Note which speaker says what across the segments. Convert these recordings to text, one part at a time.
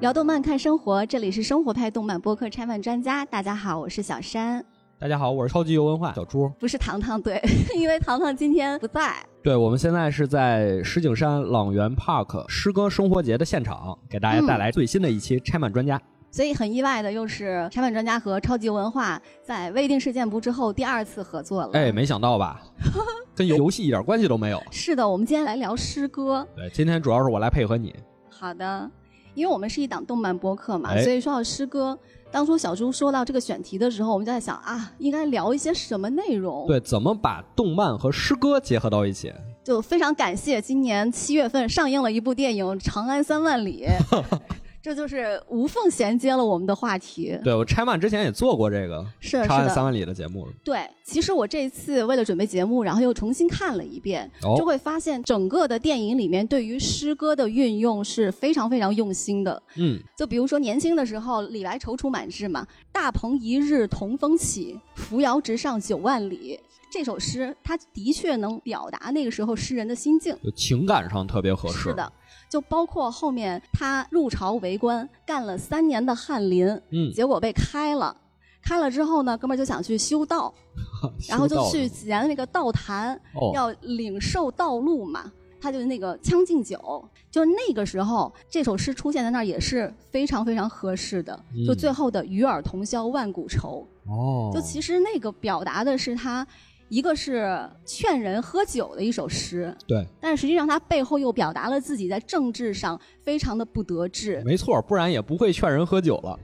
Speaker 1: 聊动漫看生活，这里是生活派动漫播客拆漫专家。大家好，我是小山，
Speaker 2: 大家好，我是超级游文化小猪。
Speaker 1: 不是糖糖对， 因为糖糖今天不在。
Speaker 2: 对，我们现在是在石景山朗园 Park 诗歌生活节的现场，给大家带来最新的一期拆漫专家。
Speaker 1: 所以很意外的又是拆漫专家和超级文化在未定事件部之后第二次合作了。
Speaker 2: 哎，没想到 吧？跟游戏一点关系都没有。
Speaker 1: 是的，我们今天来聊诗歌。
Speaker 2: 对，今天主要是我来配合你。
Speaker 1: 好的，因为我们是一档动漫播客嘛，
Speaker 2: 哎
Speaker 1: 所以说到诗歌，当初小猪说到这个选题的时候，我们就在想啊，应该聊一些什么内容？
Speaker 2: 对，怎么把动漫和诗歌结合到一起？
Speaker 1: 就非常感谢今年七月份上映了一部电影《长安三万里》， 这就是无缝衔接了我们的话题。
Speaker 2: 对我拆漫之前也做过这个
Speaker 1: 是
Speaker 2: 《
Speaker 1: 的是
Speaker 2: 长安三
Speaker 1: 的，
Speaker 2: 万里》的节目。
Speaker 1: 对。其实我这一次为了准备节目，然后又重新看了一遍，就
Speaker 2: 哦，
Speaker 1: 会发现整个的电影里面对于诗歌的运用是非常非常用心的。
Speaker 2: 嗯，
Speaker 1: 就比如说年轻的时候，李白踌躇满志嘛，“大鹏一日同风起，扶摇直上九万里”这首诗，它的确能表达那个时候诗人的心境。
Speaker 2: 就情感上特别合适。
Speaker 1: 是，的，就包括后面他入朝为官，干了三年的翰林，
Speaker 2: 嗯，
Speaker 1: 结果被开了。开了之后呢，哥们儿就想去修道，然后
Speaker 2: 修
Speaker 1: 就
Speaker 2: 道
Speaker 1: 去济南那个道坛，
Speaker 2: 哦，
Speaker 1: 要领受道路嘛。他就是那个《将进酒》，就是那个时候这首诗出现在那儿也是非常非常合适的。
Speaker 2: 嗯
Speaker 1: 就最后的“与尔同销万古愁”，
Speaker 2: 哦，
Speaker 1: 就其实那个表达的是他，一个是劝人喝酒的一首诗，
Speaker 2: 对，
Speaker 1: 但实际上他背后又表达了自己在政治上非常的不得志。
Speaker 2: 没错，不然也不会劝人喝酒了。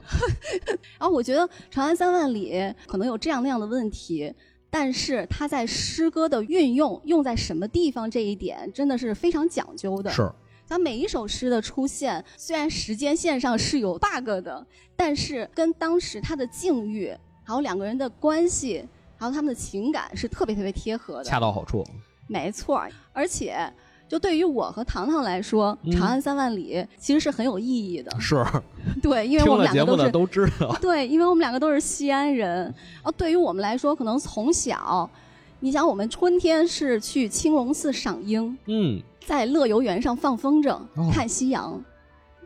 Speaker 1: 然后我觉得《长安三万里》可能有这样那样的问题。但是他在诗歌的运用用在什么地方这一点真的是非常讲究的。
Speaker 2: 是，
Speaker 1: 它每一首诗的出现，虽然时间线上是有 bug 的，但是跟当时他的境遇，还有两个人的关系，还有他们的情感是特别特别贴合的。
Speaker 2: 恰到好处。
Speaker 1: 没错儿，而且就对于我和糖糖来说，
Speaker 2: 嗯
Speaker 1: 长安三万里》其实是很有意 义的。
Speaker 2: 是，
Speaker 1: 对，因为
Speaker 2: 听
Speaker 1: 我们两
Speaker 2: 了节
Speaker 1: 个
Speaker 2: 目
Speaker 1: 都
Speaker 2: 的
Speaker 1: 是
Speaker 2: 都知道。
Speaker 1: 对，因为我们两个都是西安人。哦，对于我们来说，可能从小，你想我们春天是去青龙寺赏樱，
Speaker 2: 嗯，
Speaker 1: 在乐游原上放风筝、
Speaker 2: 哦
Speaker 1: 看夕阳，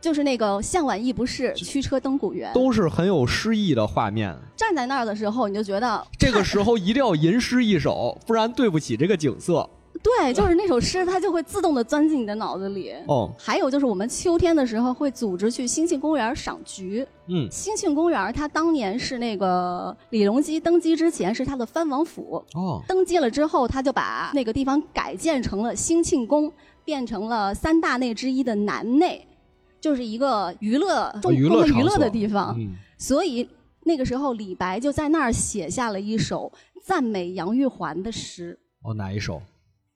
Speaker 1: 就是那个向晚意不适，
Speaker 2: 这
Speaker 1: 驱车登古原。
Speaker 2: 都是很有诗意的画 面。
Speaker 1: 站在那儿的时候，你就觉得
Speaker 2: 这个时候一定要吟诗一首，不然对不起这个景色。
Speaker 1: 对，就是那首诗，它就会自动的钻进你的脑子里。
Speaker 2: 哦，
Speaker 1: 还有就是我们秋天的时候会组织去兴庆公园赏菊。
Speaker 2: 嗯，
Speaker 1: 兴庆公园它当年是那个李隆基登基之前是他的藩王府，
Speaker 2: 哦，
Speaker 1: 登基了之后他就把那个地方改建成了兴庆宫，变成了三大内之一的南内，就是一个娱乐重
Speaker 2: 哦娱乐
Speaker 1: 供
Speaker 2: 场
Speaker 1: 娱乐
Speaker 2: 所
Speaker 1: 的地方。
Speaker 2: 嗯，
Speaker 1: 所以那个时候，李白就在那儿写下了一首赞美杨玉环的诗
Speaker 2: 哦，哪一首？：“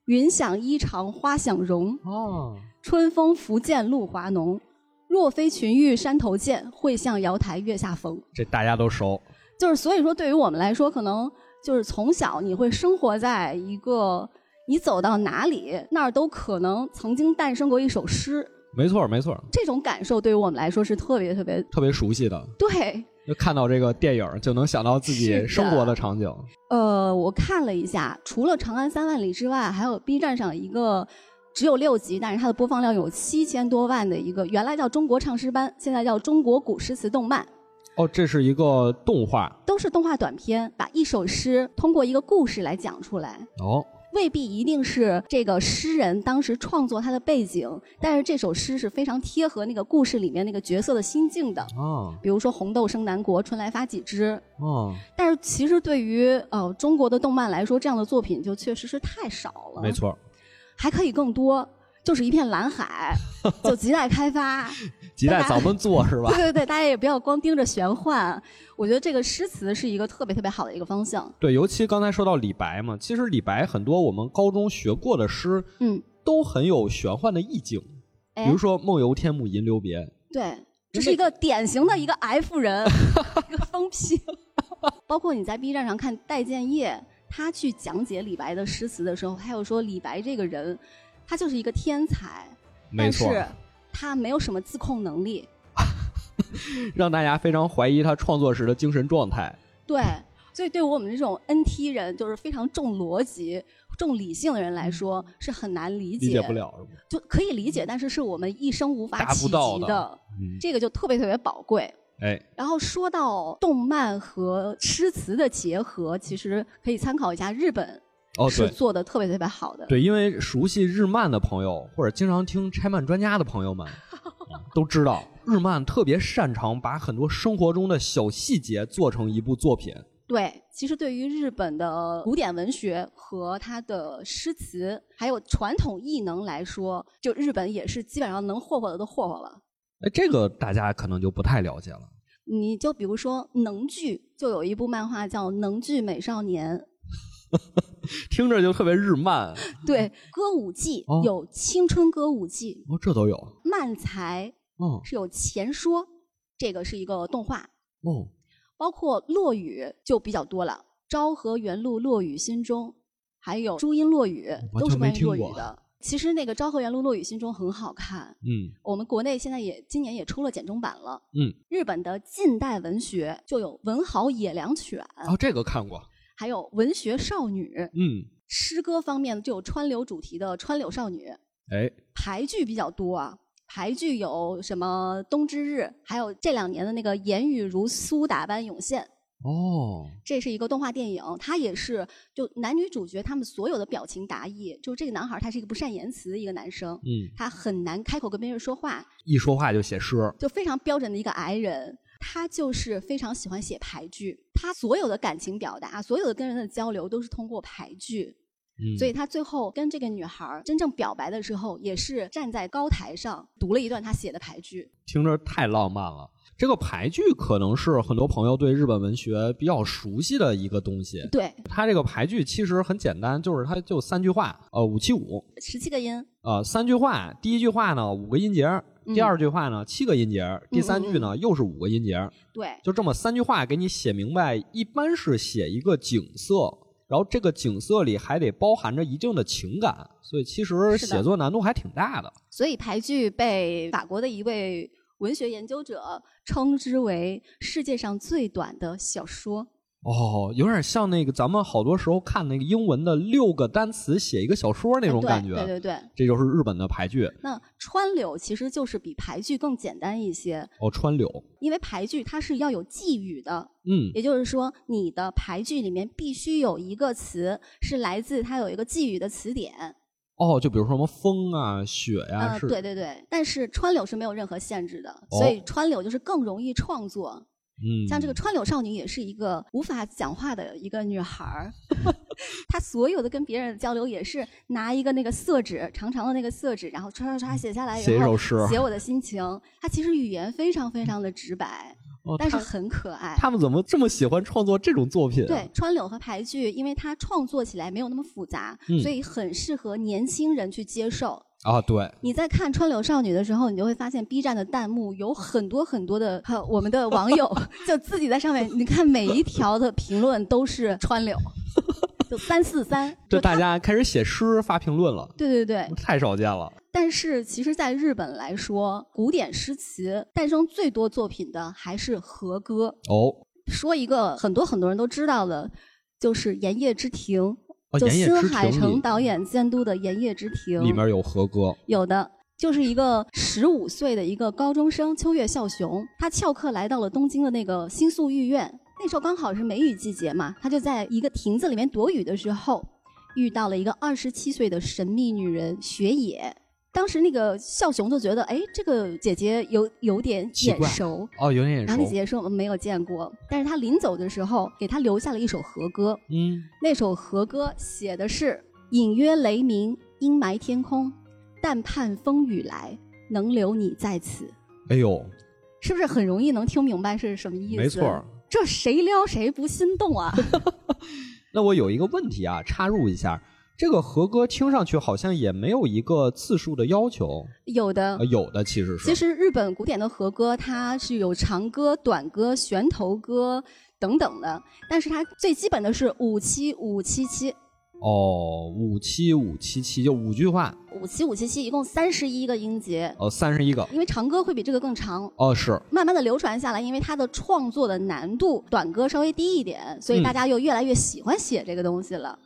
Speaker 1: 云想衣裳花想容，
Speaker 2: 哦，
Speaker 1: 春风拂槛露华浓。若非群玉山头见，会向瑶台月下逢。
Speaker 2: 这大家都熟。”
Speaker 1: 就是所以说，对于我们来说，可能就是从小你会生活在一个你走到哪里，那儿都可能曾经诞生过一首诗。
Speaker 2: 没错，没错，
Speaker 1: 这种感受对于我们来说是特别特别
Speaker 2: 特别熟悉的，
Speaker 1: 对，
Speaker 2: 就看到这个电影就能想到自
Speaker 1: 是
Speaker 2: 己
Speaker 1: 的
Speaker 2: 生活的场景。
Speaker 1: 呃，我看了一下，除了《长安三万里》之外，还有 B 站上一个只有六集，但是它的播放量有七千多万的一个，原来叫《中国唱诗班》，现在叫《中国古诗词动漫》，
Speaker 2: 哦，这是一个动画。
Speaker 1: 都是动画短片，把一首诗通过一个故事来讲出来。
Speaker 2: 哦，
Speaker 1: 未必一定是这个诗人当时创作他的背景，但是这首诗是非常贴合那个故事里面那个角色的心境的。
Speaker 2: 啊，
Speaker 1: 比如说“红豆生南国，春来发几枝
Speaker 2: 哦，”，
Speaker 1: 但是其实对于呃中国的动漫来说，这样的作品就确实是太少了。
Speaker 2: 没错，
Speaker 1: 还可以更多，就是一片蓝 海，就亟待开发。
Speaker 2: 亟待
Speaker 1: 大家
Speaker 2: 咱们做是吧
Speaker 1: 对？对对，大家也不要光盯着玄幻，我觉得这个诗词是一个特别特别好的一个方向。
Speaker 2: 对，尤其刚才说到李白嘛，其实李白很多我们高中学过的诗
Speaker 1: 嗯，
Speaker 2: 都很有玄幻的意境，
Speaker 1: 哎
Speaker 2: 比如说“梦游天姥吟留别
Speaker 1: 对，这是一个典型的一个 F 人， 一个疯批。 包括你在 B 站上看戴建业，他去讲解李白的诗词的时候，他又说李白这个人，他就是一个天才，”，
Speaker 2: 没
Speaker 1: 但
Speaker 2: 错，
Speaker 1: 是他没有什么自控能力。
Speaker 2: 让大家非常怀疑他创作时的精神状态。
Speaker 1: 对，所以对我们这种 NT 人，就是非常重逻辑、重理性的人来说，是很难理解，
Speaker 2: 嗯理解不了是吗？
Speaker 1: 就可以理解，但是是我们一生无法
Speaker 2: 达
Speaker 1: 企
Speaker 2: 不到
Speaker 1: 及
Speaker 2: 的
Speaker 1: 的，
Speaker 2: 嗯，
Speaker 1: 这个就特别特别宝贵。
Speaker 2: 哎，
Speaker 1: 然后说到动漫和诗词的结合，其实可以参考一下日本
Speaker 2: 哦
Speaker 1: 是
Speaker 2: 对
Speaker 1: 做的特别特别好的。
Speaker 2: 对，因为熟悉日漫的朋友，或者经常听拆漫专家的朋友 们，都知道日漫特别擅长把很多生活中的小细节做成一部作品。
Speaker 1: 对，其实对于日本的古典文学和它的诗词，还有传统艺能来说，就日本也是基本上能霍霍的都霍霍了。
Speaker 2: 哎，这个大家可能就不太了解了。
Speaker 1: 你就比如说能剧，就有一部漫画叫《能剧美少年》，
Speaker 2: 听着就特别日漫，
Speaker 1: 对，歌舞伎
Speaker 2: 哦
Speaker 1: 有青春歌舞伎，
Speaker 2: 哦，这都有，
Speaker 1: 漫才
Speaker 2: 哦
Speaker 1: 是有前说，这个是一个动画，
Speaker 2: 哦，
Speaker 1: 包括落雨就比较多了，《昭和元禄落雨心中》，还有《朱音落雨》，
Speaker 2: 完
Speaker 1: 都是
Speaker 2: 全没
Speaker 1: 关于落
Speaker 2: 听
Speaker 1: 雨
Speaker 2: 过
Speaker 1: 的。其实那个《昭和元禄落雨心中》很好看，
Speaker 2: 嗯
Speaker 1: 我们国内现在也今年也出了简中版了。
Speaker 2: 嗯，
Speaker 1: 日本的近代文学就有《文豪野良犬》，
Speaker 2: 哦，这个看过，
Speaker 1: 还有《文学少女》；
Speaker 2: 嗯，
Speaker 1: 诗歌方面就有川流主题的《川柳少女》。
Speaker 2: 哎，
Speaker 1: 排剧比较多啊，排剧有什么《冬之日》，还有这两年的那个《言语如苏打般涌现》。
Speaker 2: 哦，
Speaker 1: 这是一个动画电影，它也是就男女主角他们所有的表情达意，就是这个男孩儿他是一个不善言辞的一个男生，
Speaker 2: 嗯，
Speaker 1: 他很难开口跟别人说话，
Speaker 2: 一说话就写诗，
Speaker 1: 就非常标准的一个矮人。他就是非常喜欢写排剧，他所有的感情表达，所有的跟人的交流都是通过排剧，
Speaker 2: 嗯，
Speaker 1: 所以他最后跟这个女孩儿真正表白的时候，也是站在高台上读了一段他写的排剧。
Speaker 2: 听着太浪漫了。这个排剧可能是很多朋友对日本文学比较熟悉的一个东西。
Speaker 1: 对，
Speaker 2: 它这个排剧其实很简单，就是它就三句话，呃，五七五，
Speaker 1: 十七个音，
Speaker 2: 呃，三句话，第一句话呢五个音节儿，第
Speaker 1: 嗯
Speaker 2: 二句话呢七个音节儿，第三句呢又是五个音节儿，
Speaker 1: 对，
Speaker 2: 就这么三句话给你写明白。一般是写一个景色，然后这个景色里还得包含着一定的情感，所以其实
Speaker 1: 是的
Speaker 2: 写作难度还挺大的。
Speaker 1: 所以排剧被法国的一位文学研究者称之为世界上最短的小说。
Speaker 2: 哦，有点像那个咱们好多时候看那个英文的六个单词写一个小说那种感觉，
Speaker 1: 哎对对对对。
Speaker 2: 这就是日本的排剧
Speaker 1: 那川柳其实就是比排剧更简单一些，
Speaker 2: 哦，川柳。
Speaker 1: 因为排剧它是要有寄语的，
Speaker 2: 嗯，
Speaker 1: 也就是说你的排剧里面必须有一个词是来自它有一个寄语的词典。
Speaker 2: 哦，就比如说什么风啊、雪呀、
Speaker 1: 嗯、
Speaker 2: 是，哦
Speaker 1: 对对对。但是川柳是没有任何限制的，所以川柳就是更容易创作。
Speaker 2: 嗯，
Speaker 1: 像这个川柳少女也是一个无法讲话的一个女孩儿， 她所有的跟别人的交流也是拿一个那个色纸，长长的那个色纸，然后刷刷刷写下来以后，
Speaker 2: 嗯写一首诗
Speaker 1: 写我的心情。她其实语言非常非常的直白，
Speaker 2: 哦
Speaker 1: 但是
Speaker 2: 他
Speaker 1: 很可爱。
Speaker 2: 他们怎么这么喜欢创作这种作品、啊？
Speaker 1: 对，川柳和排剧，因为它创作起来没有那么复杂，
Speaker 2: 嗯
Speaker 1: 所以很适合年轻人去接受。
Speaker 2: 啊，对，
Speaker 1: 你在看《川柳少女》的时候，你就会发现 B 站的弹幕有很多很多的呃我们的网 友就自己在上面，你看每一条的评论都是川柳，就三四 三，
Speaker 2: 这
Speaker 1: 就
Speaker 2: 大家开始写诗发评论了，
Speaker 1: 对对对。
Speaker 2: 太少见了。
Speaker 1: 但是其实，在日本来说，古典诗词诞生最多作品的还是和歌。
Speaker 2: 哦，
Speaker 1: 说一个很多很多人都知道的，就是《盐业之庭》，
Speaker 2: 哦
Speaker 1: 就
Speaker 2: 盐业
Speaker 1: 新
Speaker 2: 之
Speaker 1: 海
Speaker 2: 庭
Speaker 1: 诚
Speaker 2: 里
Speaker 1: 导演监督的《盐业之庭》
Speaker 2: 里面有和歌，
Speaker 1: 有的就是一个十五岁的一个高中生秋月孝雄，他翘课来到了东京的那个新宿御苑。那时候刚好是梅雨季节嘛，他就在一个亭子里面躲雨的时候，遇到了一个二十七岁的神秘女人雪野。当时那个孝雄就觉得，哎，这个姐姐有有点
Speaker 2: 奇
Speaker 1: 眼
Speaker 2: 怪
Speaker 1: 熟。
Speaker 2: 哦，有点眼
Speaker 1: 然后那姐姐
Speaker 2: 熟。
Speaker 1: 说我们嗯没有见过，但是她临走的时候给她留下了一首和歌，
Speaker 2: 嗯，
Speaker 1: 那首和歌写的是“隐约雷鸣，阴霾天空，但盼风雨来，能留你在此
Speaker 2: 哎呦，”，
Speaker 1: 是不是很容易能听明白是什么意思？
Speaker 2: 没错儿，。
Speaker 1: 这谁撩谁不心动 啊？
Speaker 2: 那我有一个问题啊，插入一下，这个和歌听上去好像也没有一个字数的要求，
Speaker 1: 有的
Speaker 2: 呃，，有的其实是。
Speaker 1: 嗯其实日本古典的和歌它是有长歌、短歌、旋头歌等等的，但是它最基本的是五七五七七，
Speaker 2: 哦，五七五七七就五句话，
Speaker 1: 五七五七七，一共三十一个音节。
Speaker 2: 呃，三十一个。
Speaker 1: 因为长歌会比这个更长，
Speaker 2: 哦，是
Speaker 1: 慢慢的流传下来，因为它的创作的难度短歌稍微低一点，所以大家又越来越喜欢写这个东西了。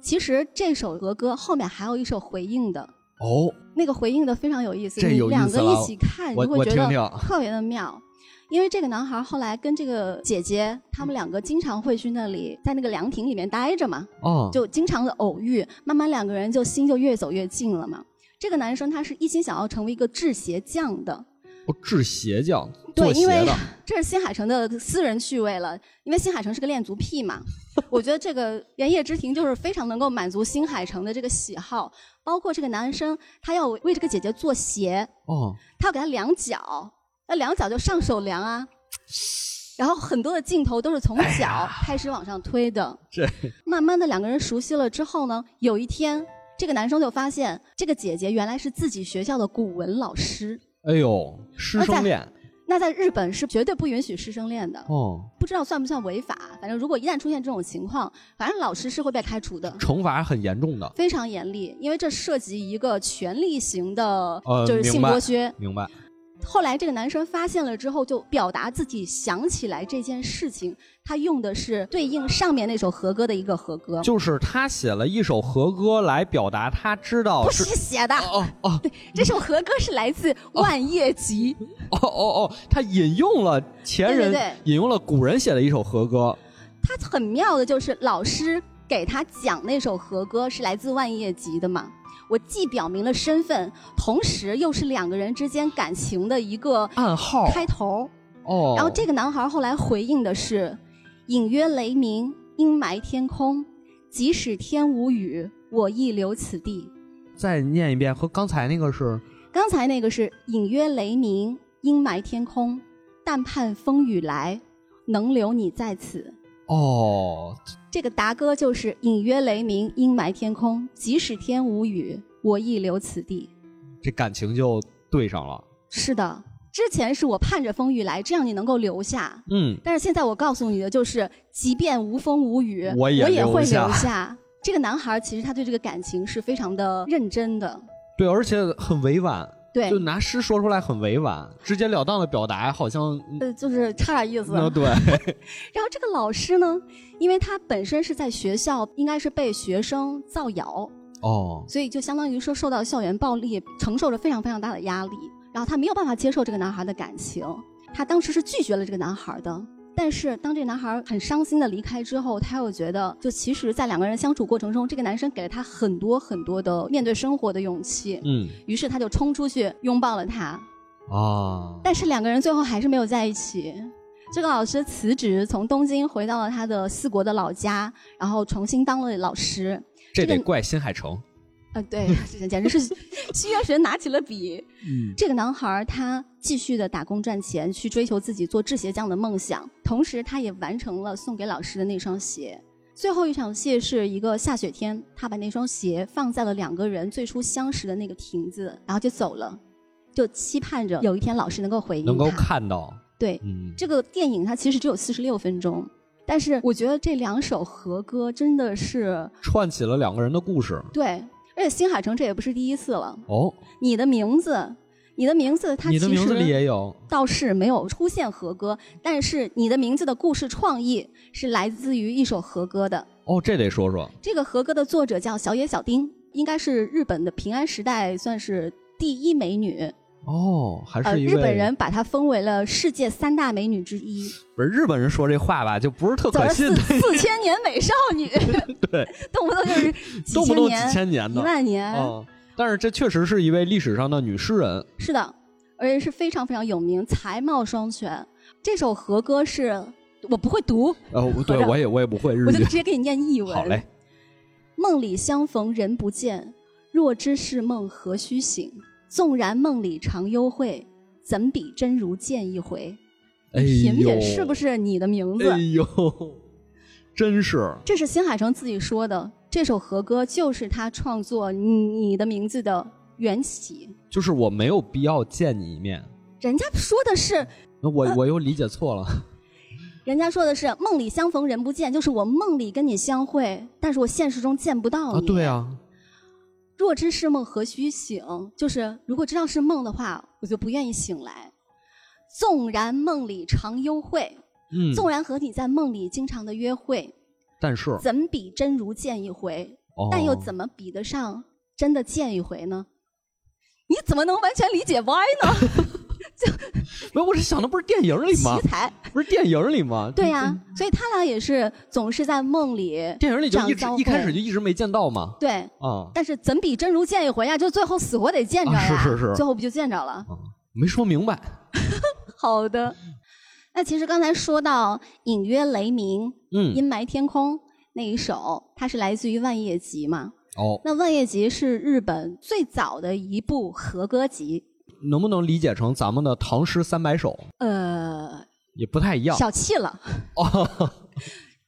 Speaker 1: 其实这首和歌后面还有一首回应的，
Speaker 2: 哦，
Speaker 1: 那个回应的非常有意思，
Speaker 2: 这
Speaker 1: 你
Speaker 2: 有意
Speaker 1: 两
Speaker 2: 思
Speaker 1: 个
Speaker 2: 了
Speaker 1: 一起看，你
Speaker 2: 我
Speaker 1: 就会
Speaker 2: 我
Speaker 1: 觉
Speaker 2: 听
Speaker 1: 得
Speaker 2: 听
Speaker 1: 特别的妙。因为这个男孩后来跟这个姐姐，他们两个经常会去那里，在那个凉亭里面待着嘛，
Speaker 2: 哦，
Speaker 1: 就经常的偶遇，慢慢两个人就心就越走越近了嘛。这个男生他是一心想要成为一个制鞋匠的，
Speaker 2: 哦制鞋匠，
Speaker 1: 对
Speaker 2: 做
Speaker 1: 因为
Speaker 2: 鞋 的，
Speaker 1: 这是新海诚的私人趣味了，因为新海诚是个恋足癖嘛。我觉得这个《原野之庭》就是非常能够满足新海诚的这个喜好，包括这个男生他要为这个姐姐做鞋，
Speaker 2: 哦，
Speaker 1: 他要给她量脚，那量脚就上手量啊。然后很多的镜头都是从脚开始往上推的。
Speaker 2: 这
Speaker 1: 慢慢的两个人熟悉了之后呢，有一天这个男生就发现这个姐姐原来是自己学校的古文老师。
Speaker 2: 哎呦，师
Speaker 1: 那在
Speaker 2: 生恋，
Speaker 1: 那在日本是绝对不允许师生恋的，
Speaker 2: 哦，
Speaker 1: 不知道算不算违法。反正如果一旦出现这种情况，反正老师是会被开除的，
Speaker 2: 惩罚很严重的，
Speaker 1: 非常严厉，因为这涉及一个权力型的，
Speaker 2: 呃
Speaker 1: 就是性
Speaker 2: 明白
Speaker 1: 剥削。
Speaker 2: 明白？
Speaker 1: 后来这个男生发现了之后，就表达自己想起来这件事情，他用的是对应上面那首和歌的一个和歌，
Speaker 2: 就是他写了一首和歌来表达他知道
Speaker 1: 不
Speaker 2: 是
Speaker 1: 是。写的。
Speaker 2: 哦哦
Speaker 1: 这首和歌是来自《万叶集》，
Speaker 2: 哦哦哦，他引用了前人
Speaker 1: 对对
Speaker 2: 引用了古人写的一首和歌，
Speaker 1: 他很妙的就是老师给他讲那首和歌是来自《万叶集》的嘛。我既表明了身份，同时又是两个人之间感情的一个
Speaker 2: 暗号
Speaker 1: 开头。
Speaker 2: 哦。
Speaker 1: 然后这个男孩后来回应的是：“隐约雷鸣，阴霾天空，即使天无雨，我亦留此地。
Speaker 2: 再念一遍，和刚才那个是”
Speaker 1: 刚才那个是“隐约雷鸣，阴霾天空，但盼风雨来，能留你在此。
Speaker 2: 哦，”
Speaker 1: 这个达哥就是“隐约雷鸣，阴霾天空，即使天无雨，我亦留此地
Speaker 2: 这感情就对上了。”。
Speaker 1: 是的，之前是我盼着风雨来，这样你能够留下。
Speaker 2: 嗯，
Speaker 1: 但是现在我告诉你的就是，即便无风无雨，
Speaker 2: 我也
Speaker 1: 会
Speaker 2: 留下
Speaker 1: 留下。这个男孩其实他对这个感情是非常的认真的，
Speaker 2: 对，而且很委婉，
Speaker 1: 对
Speaker 2: 就，拿诗说出来很委婉，直截了当的表达，好像
Speaker 1: 呃，就是差点意思。
Speaker 2: 那对，
Speaker 1: 然后这个老师呢，因为他本身是在学校，应该是被学生造谣，
Speaker 2: 哦，
Speaker 1: 所以就相当于说受到校园暴力，承受着非常非常大的压力。然后他没有办法接受这个男孩的感情，他当时是拒绝了这个男孩的。但是当这个男孩很伤心的离开之后，他又觉得，就其实，在两个人相处过程中，这个男生给了他很多很多的面对生活的勇气。
Speaker 2: 嗯
Speaker 1: 于是他就冲出去拥抱了他，
Speaker 2: 啊，
Speaker 1: 但是两个人最后还是没有在一起。这个老师辞职，从东京回到了他的四国的老家，然后重新当了老师。
Speaker 2: 这
Speaker 1: 这
Speaker 2: 得
Speaker 1: 个
Speaker 2: 怪新海诚。
Speaker 1: 呃，对，这简直是虚月神拿起了笔。
Speaker 2: 嗯，
Speaker 1: 这个男孩儿他继续的打工赚钱，去追求自己做制鞋匠的梦想，同时他也完成了送给老师的那双鞋。最后一场戏是一个下雪天，他把那双鞋放在了两个人最初相识的那个亭子，然后就走了，就期盼着有一天老师能够回应他。
Speaker 2: 能够看到，
Speaker 1: 对
Speaker 2: 嗯，
Speaker 1: 这个电影，它其实只有四十六分钟，但是我觉得这两首和歌真的是
Speaker 2: 串起了两个人的故事。
Speaker 1: 对，而且新海诚这也不是第一次了。
Speaker 2: 哦，你
Speaker 1: 你的名字，你的名字，它其
Speaker 2: 你
Speaker 1: 实
Speaker 2: 的名字里也有
Speaker 1: 倒是没有出现和歌，但是你的名字的故事创意是来自于一首和歌的。
Speaker 2: 哦，这得说说。
Speaker 1: 这个和歌的作者叫小野小町，应该是日本的平安时代算是第一美女，
Speaker 2: 哦，还
Speaker 1: 呃，
Speaker 2: 是一位
Speaker 1: 日本人把她封为了世界三大美女之 一，
Speaker 2: 不是日本人说这话吧，就不是特
Speaker 1: 走
Speaker 2: 可
Speaker 1: 了
Speaker 2: 信
Speaker 1: 四
Speaker 2: 的，
Speaker 1: 四千年美少女，
Speaker 2: 对，
Speaker 1: 动不动就是几
Speaker 2: 动不
Speaker 1: 千
Speaker 2: 动几
Speaker 1: 年、
Speaker 2: 千年
Speaker 1: 一
Speaker 2: 的。
Speaker 1: 万年，
Speaker 2: 嗯，但是这确实是一位历史上的女诗人。
Speaker 1: 是的，而且是非常非常有名，才貌双全。这首和歌是我不会读，
Speaker 2: 呃，我对
Speaker 1: 合着
Speaker 2: 我也我也不会日
Speaker 1: 我就
Speaker 2: 语
Speaker 1: 直。接给你念译文。
Speaker 2: 好嘞，
Speaker 1: 梦里相逢人不见，若知是梦何须醒？纵然梦里常幽会，怎比真如见一回？
Speaker 2: 哎
Speaker 1: 品
Speaker 2: 呦，
Speaker 1: 品是不是你的名字？
Speaker 2: 哎呦，真是
Speaker 1: 这是新海诚自己说的。这首和歌就是他创作你《你的名字》的缘起。
Speaker 2: 就是我没有必要见你一面。
Speaker 1: 人家说的是
Speaker 2: 那我我又理解错了，
Speaker 1: 人家说的是“梦里相逢人不见”，就是我梦里跟你相会，但是我现实中见不到
Speaker 2: 啊，
Speaker 1: 你。
Speaker 2: 对啊，
Speaker 1: 若知是梦何须醒？就是如果知道是梦的话，我就不愿意醒来。纵然梦里常幽会，
Speaker 2: 嗯，
Speaker 1: 纵然和你在梦里经常的约会，
Speaker 2: 但是
Speaker 1: 怎比真如见一回？
Speaker 2: 哦，
Speaker 1: 但又怎么比得上真的见一回呢？你怎么能完全理解 Y 呢？
Speaker 2: 没有？我是想的不是电影里吗
Speaker 1: 奇？才，
Speaker 2: 不是电影里吗？
Speaker 1: 对呀、所以他俩也是总是在梦里，
Speaker 2: 电影里就一直
Speaker 1: 这样交汇
Speaker 2: 一开始就一直没见到嘛，
Speaker 1: 对，
Speaker 2: 啊，
Speaker 1: 但是怎比真如见一回呀？就最后死活得见着呀，
Speaker 2: 啊是是嗯是
Speaker 1: 最后不就见着了？
Speaker 2: 没说明白，
Speaker 1: 好的，那其实刚才说到隐约雷鸣、
Speaker 2: 嗯，
Speaker 1: 阴霾天空那一首，它是来自于万叶集嘛？
Speaker 2: 哦，
Speaker 1: 那万叶集是日本最早的一部和歌集，
Speaker 2: 能不能理解成咱们的《唐诗三百首》
Speaker 1: 呃，
Speaker 2: 也不太一样
Speaker 1: 小气了。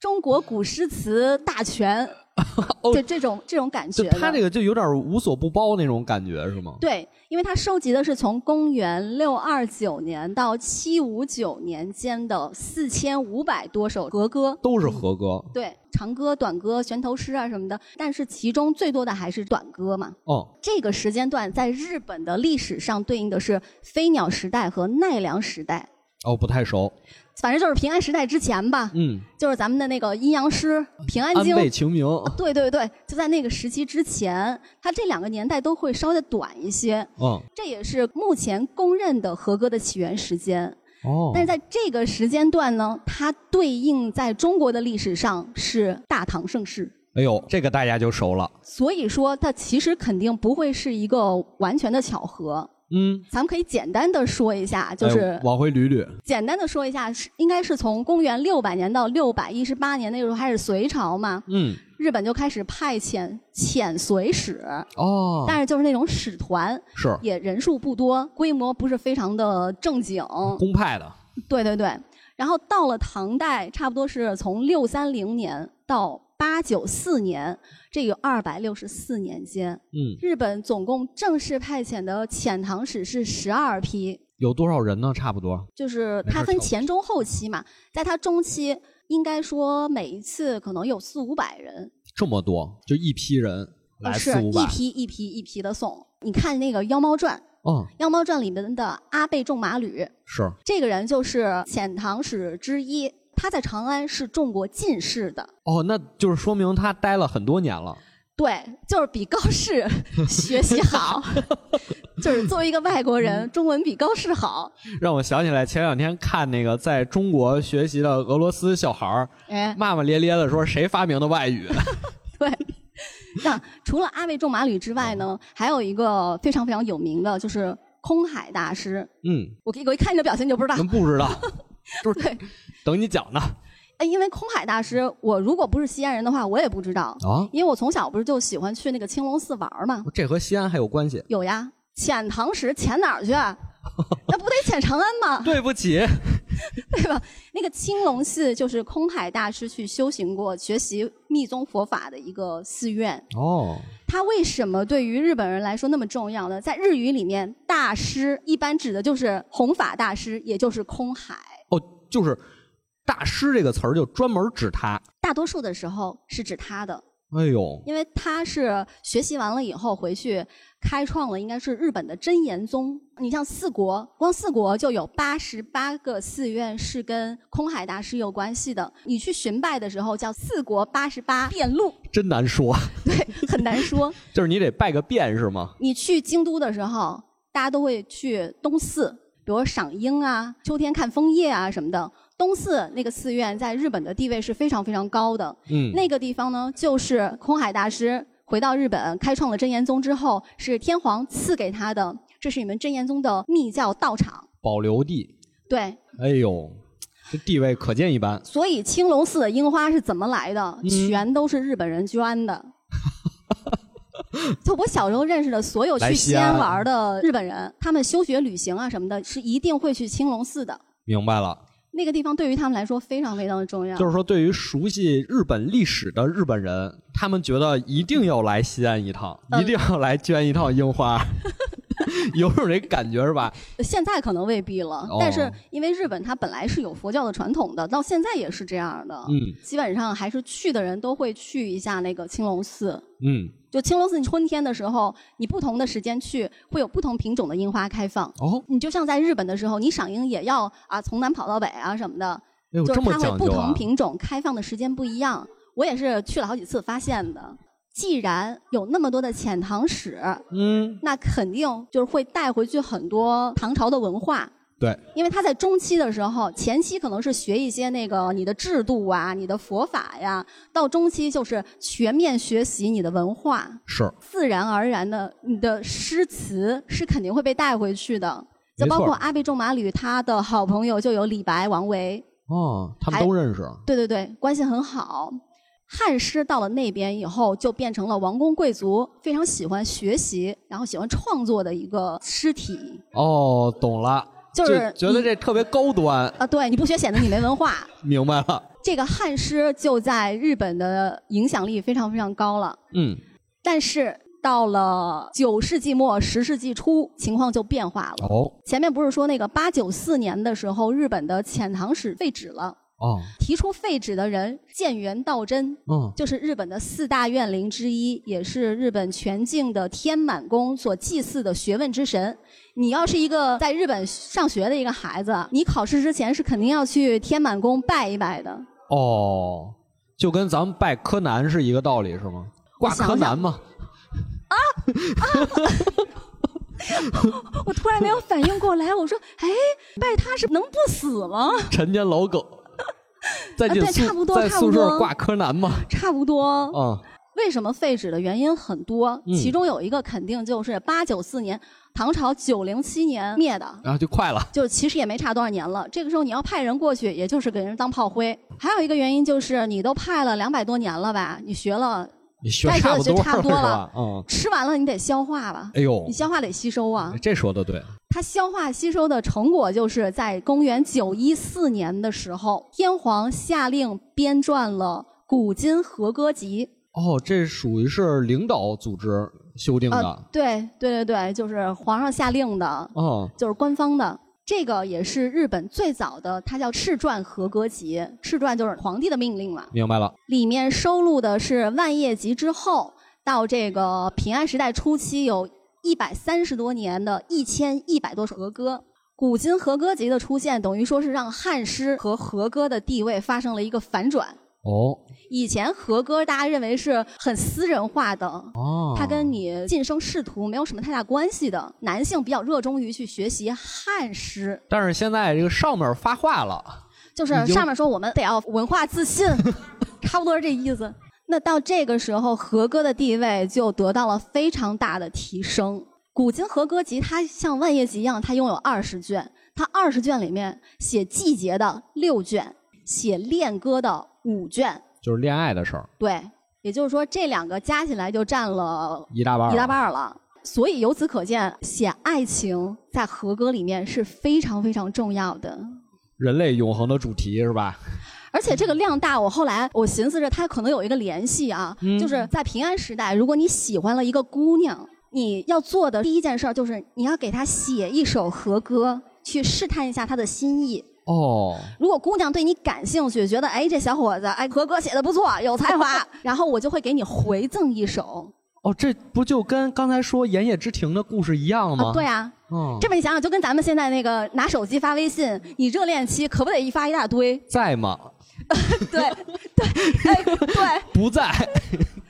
Speaker 1: 中国古诗词大全，
Speaker 2: 哦
Speaker 1: 对这种这种感
Speaker 2: 就
Speaker 1: 觉
Speaker 2: 他
Speaker 1: 了
Speaker 2: 这个就有点无所不包那种感觉是吗？
Speaker 1: 对，因为它收集的是从公元六二九年到七五九年间的四千五百多首和歌，
Speaker 2: 都是和歌，
Speaker 1: 对长歌、短歌、弦头诗啊什么的，但是其中最多的还是短歌嘛。
Speaker 2: 哦，
Speaker 1: 这个时间段在日本的历史上对应的是飞鸟时代和奈良时代，
Speaker 2: 哦，不太熟，
Speaker 1: 反正就是平安时代之前吧，
Speaker 2: 嗯，
Speaker 1: 就是咱们的那个阴阳师平安
Speaker 2: 安
Speaker 1: 京。
Speaker 2: 倍晴明，
Speaker 1: 对对对，就在那个时期之前，它这两个年代都会稍微的短一些。
Speaker 2: 嗯，
Speaker 1: 这也是目前公认的和歌的起源时间。
Speaker 2: 哦
Speaker 1: 但是在这个时间段呢，它对应在中国的历史上是大唐盛世，
Speaker 2: 哎呦，这个大家就熟了，
Speaker 1: 所以说它其实肯定不会是一个完全的巧合。
Speaker 2: 嗯，
Speaker 1: 咱们可以简单的说一下，就是
Speaker 2: 哎往回捋捋，
Speaker 1: 简单的说一下，是应该是从公元六百年到六百一十八年那个时候还是隋朝嘛，
Speaker 2: 嗯，
Speaker 1: 日本就开始派遣遣隋使，
Speaker 2: 哦，
Speaker 1: 但是就是那种使团，
Speaker 2: 是
Speaker 1: 也人数不多，规模不是非常的正经，
Speaker 2: 公派的，
Speaker 1: 对对对，然后到了唐代，差不多是从六三零年到八九四年，这有二百六十四年间，
Speaker 2: 嗯，
Speaker 1: 日本总共正式派遣的遣唐使是十二批，
Speaker 2: 有多少人呢？差不多，
Speaker 1: 就是
Speaker 2: 没事
Speaker 1: 它
Speaker 2: 儿
Speaker 1: 分
Speaker 2: 跳过
Speaker 1: 前中后期嘛，在它中期，应该说每一次可能有四五百人，
Speaker 2: 这么多，就一批人来
Speaker 1: 哦是
Speaker 2: 四五百
Speaker 1: 一，批一批一批的送。你看那个《妖猫传》，《
Speaker 2: 嗯，
Speaker 1: 妖猫传》里面的阿倍仲麻吕，
Speaker 2: 是，
Speaker 1: 这个人就是遣唐使之一，他在长安是中过进士的。
Speaker 2: 哦，那就是说明他待了很多年了，
Speaker 1: 对，就是比高适 学习好， 就是作为一个外国人，中文比高适好。
Speaker 2: 让我想起来前两天看那个在中国学习的俄罗斯小孩儿
Speaker 1: 哎，
Speaker 2: 骂骂咧咧的说谁发明的外语，
Speaker 1: 对。那除了阿倍仲麻吕之外呢，还有一个非常非常有名的，就是空海大师。
Speaker 2: 嗯，
Speaker 1: 我给我一看你的表情你就不知道，
Speaker 2: 能不知 道，就是
Speaker 1: 对
Speaker 2: 等你讲呢
Speaker 1: 哎因为空海大师，我如果不是西安人的话，我也不知道，
Speaker 2: 啊，
Speaker 1: 因为我从小不是就喜欢去那个青龙寺玩儿嘛。
Speaker 2: 这和西安还有关系？
Speaker 1: 有呀，遣唐使遣哪儿去？啊 那不得遣长安吗？
Speaker 2: 对不起，
Speaker 1: 对吧？那个青龙寺就是空海大师去修行过、学习密宗佛法的一个寺院。
Speaker 2: 哦，
Speaker 1: 它为什么对于日本人来说那么重要呢？在日语里面，大师一般指的就是弘法大师，也就是空海。
Speaker 2: 哦，就是大师这个词儿就专门指他，
Speaker 1: 大多数的时候是指他的，
Speaker 2: 哎呦，
Speaker 1: 因为他是学习完了以后回去开创了应该是日本的真言宗。你像四国，光四国就有八十八个寺院是跟空海大师有关系的。你去寻拜的时候叫四国八十八遍路，
Speaker 2: 真难说，
Speaker 1: 很难说。
Speaker 2: 就是你得拜个遍是吗？
Speaker 1: 你去京都的时候，大家都会去东寺，比如赏樱啊、秋天看枫叶啊什么的。东寺那个寺院在日本的地位是非常非常高的，
Speaker 2: 嗯，
Speaker 1: 那个地方呢，就是空海大师回到日本开创了真言宗之后，是天皇赐给他的，这是你们真言宗的密教道场。
Speaker 2: 保留地，
Speaker 1: 对，
Speaker 2: 哎呦，这地位可见一斑，
Speaker 1: 所以青龙寺的樱花是怎么来的？
Speaker 2: 嗯
Speaker 1: 全都是日本人捐的。 就我小时候认识的所有
Speaker 2: 来
Speaker 1: 去
Speaker 2: 西
Speaker 1: 西安
Speaker 2: 安
Speaker 1: 玩的日本人，他们休学旅行啊什么的，是一定会去青龙寺的。
Speaker 2: 明白了。
Speaker 1: 那个地方对于他们来说非常非常的重要。
Speaker 2: 就是说，对于熟悉日本历史的日本人，他们觉得一定要来西安一趟，
Speaker 1: 嗯
Speaker 2: 一定要来捐一趟樱花。有种这感觉是吧？
Speaker 1: 现在可能未必了
Speaker 2: 哦，
Speaker 1: 但是因为日本它本来是有佛教的传统的，到现在也是这样的。
Speaker 2: 嗯
Speaker 1: 基本上还是去的人都会去一下那个青龙寺。
Speaker 2: 嗯，
Speaker 1: 就青龙寺，你春天的时候，你不同的时间去，会有不同品种的樱花开放。
Speaker 2: 哦，
Speaker 1: 你就像在日本的时候，你赏樱也要啊，从南跑到北啊什么的，
Speaker 2: 哎呦，
Speaker 1: 就是
Speaker 2: 这么
Speaker 1: 它会
Speaker 2: 讲
Speaker 1: 不
Speaker 2: 究
Speaker 1: 同
Speaker 2: 啊！
Speaker 1: 品种开放的时间不一样。我也是去了好几次发现的。既然有那么多的遣唐使，
Speaker 2: 嗯，
Speaker 1: 那肯定就是会带回去很多唐朝的文化。
Speaker 2: 对，
Speaker 1: 因为他在中期的时候，前期可能是学一些那个你的制度啊、你的佛法呀，到中期就是全面学习你的文化，
Speaker 2: 是
Speaker 1: 自然而然的，你的诗词是肯定会被带回去的。就
Speaker 2: 没错
Speaker 1: 包括阿倍仲麻吕，他的好朋友就有李白、王维，
Speaker 2: 哦，他们
Speaker 1: 还
Speaker 2: 都认识。
Speaker 1: 对对对，关系很好。汉诗到了那边以后，就变成了王公贵族非常喜欢学习，然后喜欢创作的一个诗体，
Speaker 2: 哦，懂了，
Speaker 1: 就是
Speaker 2: 觉得
Speaker 1: 你
Speaker 2: 这特别高端，
Speaker 1: 啊，对你不学显得你没文化。
Speaker 2: 明白了。
Speaker 1: 这个汉诗就在日本的影响力非常非常高了。
Speaker 2: 嗯，
Speaker 1: 但是到了九世纪末十世纪初，情况就变化了。
Speaker 2: 哦
Speaker 1: 前面不是说那个八九四年的时候，日本的遣唐使废止了，
Speaker 2: 哦，
Speaker 1: 提出废止的人建元道真，
Speaker 2: 嗯，
Speaker 1: 就是日本的四大怨灵之一，也是日本全境的天满宫所祭祀的学问之神。你要是一个在日本上学的一个孩子，你考试之前是肯定要去天满宫拜一拜的。
Speaker 2: 哦，就跟咱们拜柯南是一个道理是吗？挂
Speaker 1: 想
Speaker 2: 柯南嘛，
Speaker 1: 我突然没有反应过来，我说：“哎，拜他是能不死吗？
Speaker 2: 陈年 老梗。在进
Speaker 1: 啊对差不
Speaker 2: 宿
Speaker 1: 多
Speaker 2: 在
Speaker 1: 差不
Speaker 2: 宿舍
Speaker 1: 多
Speaker 2: 挂柯南嘛，
Speaker 1: 差不多。
Speaker 2: 嗯，
Speaker 1: 为什么废止的原因很多，
Speaker 2: 嗯
Speaker 1: 其中有一个肯定就是八九四年唐朝九零七年灭的，
Speaker 2: 然后就快了，
Speaker 1: 就是其实也没差多少年了。这个时候你要派人过去，也就是给人当炮灰。还有一个原因就是你都派了两百多年了吧，你学了
Speaker 2: 你学
Speaker 1: 该学
Speaker 2: 差
Speaker 1: 的
Speaker 2: 不
Speaker 1: 就
Speaker 2: 多
Speaker 1: 差不多
Speaker 2: 是吧？嗯，
Speaker 1: 吃完了你得消化吧，
Speaker 2: 哎呦
Speaker 1: 你，消化得吸收啊。
Speaker 2: 这说的对，
Speaker 1: 它消化吸收的成果就是在公元九一四年的时候，天皇下令编撰了《古今和歌集
Speaker 2: 哦，这属于是领导组织修订》的，
Speaker 1: 啊，对对对对，就是皇上下令的，
Speaker 2: 哦，
Speaker 1: 就是官方的。这个也是日本最早的，它叫《敕传和歌集》，敕传就是皇帝的命令嘛。
Speaker 2: 明白了，
Speaker 1: 里面收录的是万叶集之后到这个平安时代初期有一百三十多年的一千一百多首和歌。古今和歌集的出现，等于说是让汉诗和和歌的地位发生了一个反转。
Speaker 2: 哦，
Speaker 1: 以前和歌大家认为是很私人化的，
Speaker 2: 哦，
Speaker 1: 它跟你晋升仕途没有什么太大关系的。男性比较热衷于去学习汉诗，
Speaker 2: 但是现在这个上面发话了，
Speaker 1: 就是
Speaker 2: 已经
Speaker 1: 上面说我们得要文化自 信，差不多是这意思。那到这个时候，和歌的地位就得到了非常大的提升。古今和歌集，它像万叶集一样，它拥有二十卷，它二十卷里面写季节的六卷，写恋歌的五卷，
Speaker 2: 就是恋爱的事儿，
Speaker 1: 对，也就是说这两个加起来就占了
Speaker 2: 一大半儿，
Speaker 1: 一大半儿了。所以由此可见，写爱情在和歌里面是非常非常重要的。
Speaker 2: 人类永恒的主题是吧？
Speaker 1: 而且这个量大，我后来我寻思着它可能有一个联系啊，
Speaker 2: 嗯
Speaker 1: 就是在平安时代，如果你喜欢了一个姑娘，你要做的第一件事儿就是你要给她写一首和歌，去试探一下她的心意。
Speaker 2: 哦，
Speaker 1: 如果姑娘对你感兴趣，觉得哎这小伙子哎和歌写的不错，有才华，然后我就会给你回赠一首
Speaker 2: 哦，这不就跟刚才说《盐业之庭》的故事一样吗？
Speaker 1: 啊，对，啊，
Speaker 2: 嗯，
Speaker 1: 这么你想想，就跟咱们现在那个拿手机发微信，你热恋期可不得一发一大堆？
Speaker 2: 在吗？
Speaker 1: 对对，哎 对。
Speaker 2: 不在，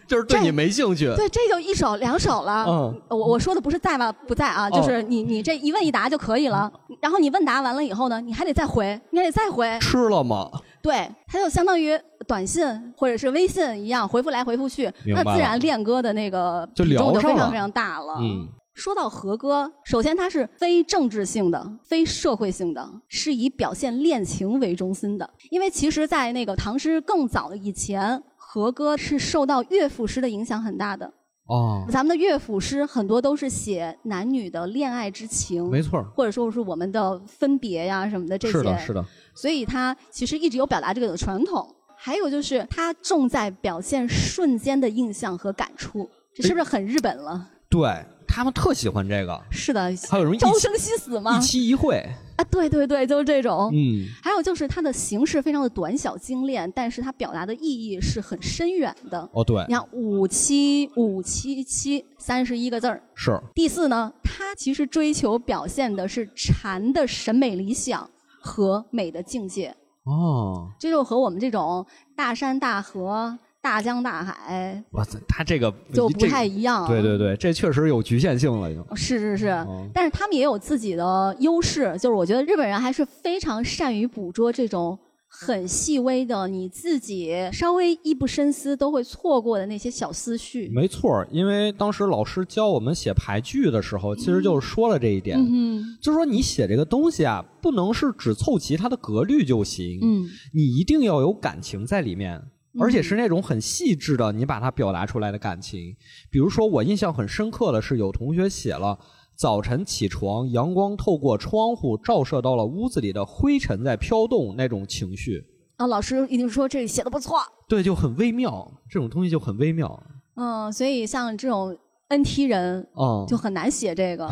Speaker 2: 就是对
Speaker 1: 这
Speaker 2: 你没兴趣。
Speaker 1: 对，这就一手两手了。
Speaker 2: 嗯，
Speaker 1: 我我说的不是在吗？不在啊，
Speaker 2: 哦嗯
Speaker 1: 就是你你这一问一答就可以了。然后你问答完了以后呢，你还得再回，你还得再 回。
Speaker 2: 吃了吗？
Speaker 1: 对，它就相当于短信或者是微信一样，回复来回复去，
Speaker 2: 明
Speaker 1: 那
Speaker 2: 白
Speaker 1: 自然恋歌的那个
Speaker 2: 就
Speaker 1: 比重
Speaker 2: 聊
Speaker 1: 就
Speaker 2: 上
Speaker 1: 非
Speaker 2: 了
Speaker 1: 常非常大了。
Speaker 2: 嗯，
Speaker 1: 说到和歌，首先它是非政治性的、非社会性的，是以表现恋情为中心的。因为其实，在那个唐诗更早的以前，和歌是受到乐府诗的影响很大的。
Speaker 2: 哦，
Speaker 1: 咱们的乐府诗很多都是写男女的恋爱之情，
Speaker 2: 没错儿，
Speaker 1: 或者说是我们的分别呀什么的这些。
Speaker 2: 是的，是的，
Speaker 1: 所以它其实一直有表达这个的传统。还有就是它重在表现瞬间的印象和感触，这是不是很日本了？
Speaker 2: 对。他们特喜欢这个，
Speaker 1: 是的，
Speaker 2: 还有人一
Speaker 1: 朝
Speaker 2: 期
Speaker 1: 生夕死嘛
Speaker 2: 一，期一会，
Speaker 1: 啊，对对对，就是这种。
Speaker 2: 嗯，
Speaker 1: 还有就是它的形式非常的短小精炼，但是它表达的意义是很深远的。
Speaker 2: 哦对，
Speaker 1: 你看五七五七七三十一个字儿，
Speaker 2: 是
Speaker 1: 第四呢，它其实追求表现的是禅的审美理想和美的境界，
Speaker 2: 哦，
Speaker 1: 这就和我们这种大山大河、大江大海
Speaker 2: 哇塞，他这个
Speaker 1: 就不
Speaker 2: 这
Speaker 1: 太一样。
Speaker 2: 对对对，这确实有局限性了，已经。
Speaker 1: 是是是，
Speaker 2: 哦
Speaker 1: 但是他们也有自己的优势，就是我觉得日本人还是非常善于捕捉这种很细微的，你自己稍微一不深思都会错过的那些小思绪。
Speaker 2: 没错儿，因为当时老师教我们写排句的时候，其实就是说了这一点，
Speaker 1: 嗯
Speaker 2: 就是说你写这个东西啊，不能是只凑齐它的格律就行，
Speaker 1: 嗯，
Speaker 2: 你一定要有感情在里面，而且是那种很细致的，你把它表达出来的感情。比如说，我印象很深刻的是，有同学写了。早晨起床，阳光透过窗户照射到了屋子里的灰尘在飘动，那种情绪，
Speaker 1: 啊，老师一定说这写的不错。
Speaker 2: 对，就很微妙，这种东西就很微妙。
Speaker 1: 嗯，所以像这种 NT 人
Speaker 2: 嗯，
Speaker 1: 就很难写这 个，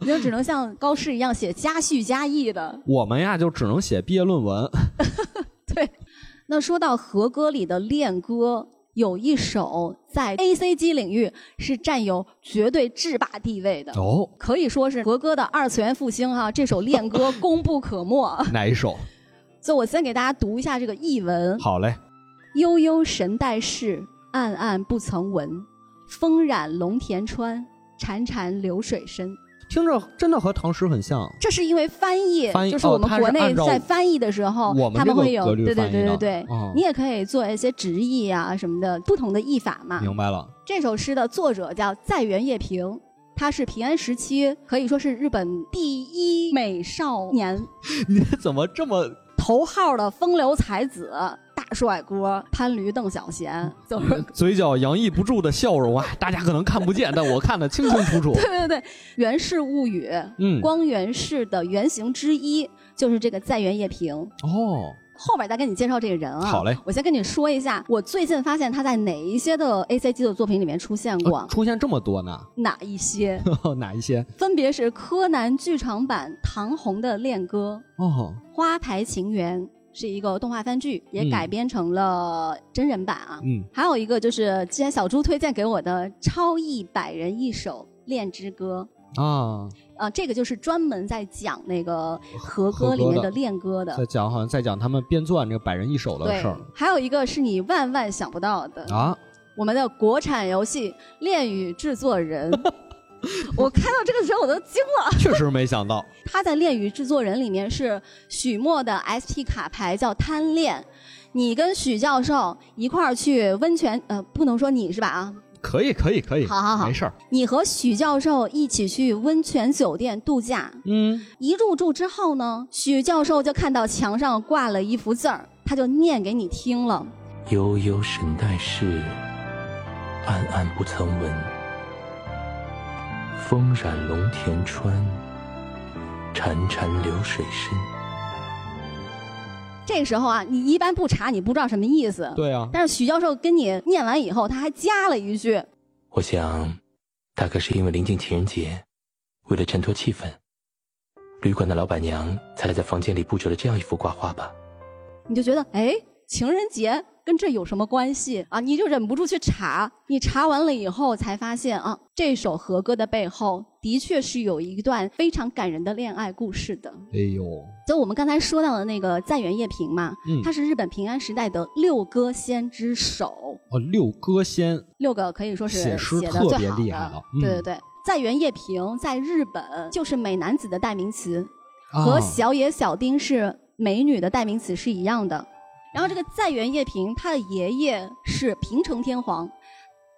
Speaker 1: 你就只能像高适一样写加叙加意的。
Speaker 2: 我们呀就只能写毕业论文。
Speaker 1: 对，那说到和歌里的恋歌，有一首在 A C G 领域是占有绝对制霸地位的，
Speaker 2: 哦，
Speaker 1: 可以说是和歌的二次元复兴哈、这首恋歌功不可没。
Speaker 2: 哪一首？
Speaker 1: 所以我先给大家读一下这个译文：
Speaker 2: 好嘞，
Speaker 1: 悠悠神代事，暗暗不曾闻。风染龙田川，潺潺流水深。
Speaker 2: 听着真的和唐诗很像。
Speaker 1: 这是因为翻译，
Speaker 2: 翻译
Speaker 1: 就是
Speaker 2: 哦
Speaker 1: 我们
Speaker 2: 它是
Speaker 1: 国内
Speaker 2: 按照
Speaker 1: 在翻译的时候，
Speaker 2: 我们
Speaker 1: 哦他
Speaker 2: 这
Speaker 1: 们
Speaker 2: 个
Speaker 1: 会有
Speaker 2: 格律
Speaker 1: 对对
Speaker 2: 翻译
Speaker 1: 对对
Speaker 2: 的
Speaker 1: 对，
Speaker 2: 哦
Speaker 1: 你也可以做一些直译啊什么的，不同的译法嘛。
Speaker 2: 明白了，
Speaker 1: 这首诗的作者叫在原叶平，他是平安时期可以说是日本第一美少年
Speaker 2: 你怎么这么
Speaker 1: 头号的风流才子。大帅哥潘驴邓小
Speaker 2: 嗯
Speaker 1: 闲，就是。
Speaker 2: 嘴角洋溢不住的笑容啊？ 大家可能看不见，但我看得清清楚 楚
Speaker 1: 对对对，《源氏物语》
Speaker 2: 嗯，
Speaker 1: 光源氏的原型之一就是这个在原叶平。
Speaker 2: 哦，
Speaker 1: 后边再跟你介绍这个人啊。
Speaker 2: 好嘞，
Speaker 1: 我先跟你说一下，我最近发现他在哪一些的 A C G 的作品里面出现过，
Speaker 2: 呃出现这么多呢？
Speaker 1: 哪一些？
Speaker 2: 哪一些？
Speaker 1: 分别是柯南剧场版《唐红的恋歌》
Speaker 2: 哦，
Speaker 1: 《花牌情缘》，是一个动画番剧，也
Speaker 2: 嗯
Speaker 1: 改编成了真人版啊。
Speaker 2: 嗯，
Speaker 1: 还有一个就是之前小猪推荐给我的《超一百人一首恋之歌》。
Speaker 2: 啊，
Speaker 1: 啊，这个就是专门在讲那个和
Speaker 2: 和
Speaker 1: 歌里
Speaker 2: 歌
Speaker 1: 面
Speaker 2: 的
Speaker 1: 的恋歌的，
Speaker 2: 在讲好像在讲他们编撰这个百人一首的
Speaker 1: 对
Speaker 2: 事儿。
Speaker 1: 还有一个是你万万想不到的
Speaker 2: 啊，
Speaker 1: 我们的国产游戏《恋与制作 人》。我看到这个时候我都惊了，
Speaker 2: 确实没想到，
Speaker 1: 他在《恋与制作人》里面是许墨的 SP 卡牌叫贪恋，你跟许教授一块儿去温泉，呃，不能说你是吧啊，
Speaker 2: 可以，可以，可以，
Speaker 1: 好好好
Speaker 2: 没事儿。
Speaker 1: 你和许教授一起去温泉酒店度假，
Speaker 2: 嗯，
Speaker 1: 一入住之后呢，许教授就看到墙上挂了一幅字儿，他就念给你听了。
Speaker 3: 悠悠神代事，暗暗不曾闻。风染龙田川，潺潺流水深。
Speaker 1: 这时候啊，你一般不查，你不知道什么意思。
Speaker 2: 对啊，
Speaker 1: 但是许教授跟你念完以后，他还加了一句，
Speaker 3: 我想，大概是因为临近情人节，为了衬托气氛，旅馆的老板娘才在房间里布置了这样一幅挂画吧。
Speaker 1: 你就觉得哎，情人节跟这有什么关系啊？你就忍不住去查。你查完了以后，才发现啊，这首和歌的背后的确是有一段非常感人的恋爱故事的。
Speaker 2: 哎呦，
Speaker 1: 就我们刚才说到的那个在原叶平嘛，
Speaker 2: 嗯
Speaker 1: 他是日本平安时代的六歌仙之首，
Speaker 2: 哦，六歌仙
Speaker 1: 六个可以说是
Speaker 2: 写诗
Speaker 1: 写的
Speaker 2: 特
Speaker 1: 最
Speaker 2: 别
Speaker 1: 好
Speaker 2: 厉
Speaker 1: 的
Speaker 2: 害了嗯
Speaker 1: 对对对。在原叶平在日本就是美男子的代名词，
Speaker 2: 啊
Speaker 1: 和小野小町是美女的代名词是一样的。然后这个在原叶平，他的爷爷是平城天皇，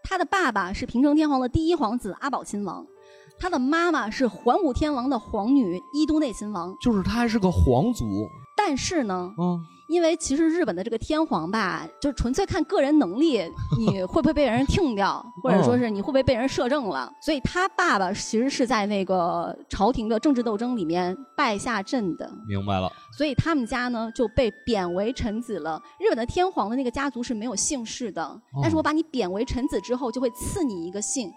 Speaker 1: 他的爸爸是平城天皇的第一皇子阿保亲王，他的妈妈是桓武天王的皇女伊都内亲王。
Speaker 2: 就是他还是个皇族
Speaker 1: 但是呢，
Speaker 2: 啊，
Speaker 1: 因为其实日本的这个天皇吧，就是纯粹看个人能力，你会不会被人听掉，或者说是你会不会被人摄政了。所以他爸爸其实是在那个朝廷的政治斗争里面败下阵的。
Speaker 2: 明白了。
Speaker 1: 所以他们家呢就被贬为臣子了。日本的天皇
Speaker 2: 哦
Speaker 1: 的那个家族是没有姓氏的，但是我把你贬为臣子之后，就会赐你一个姓，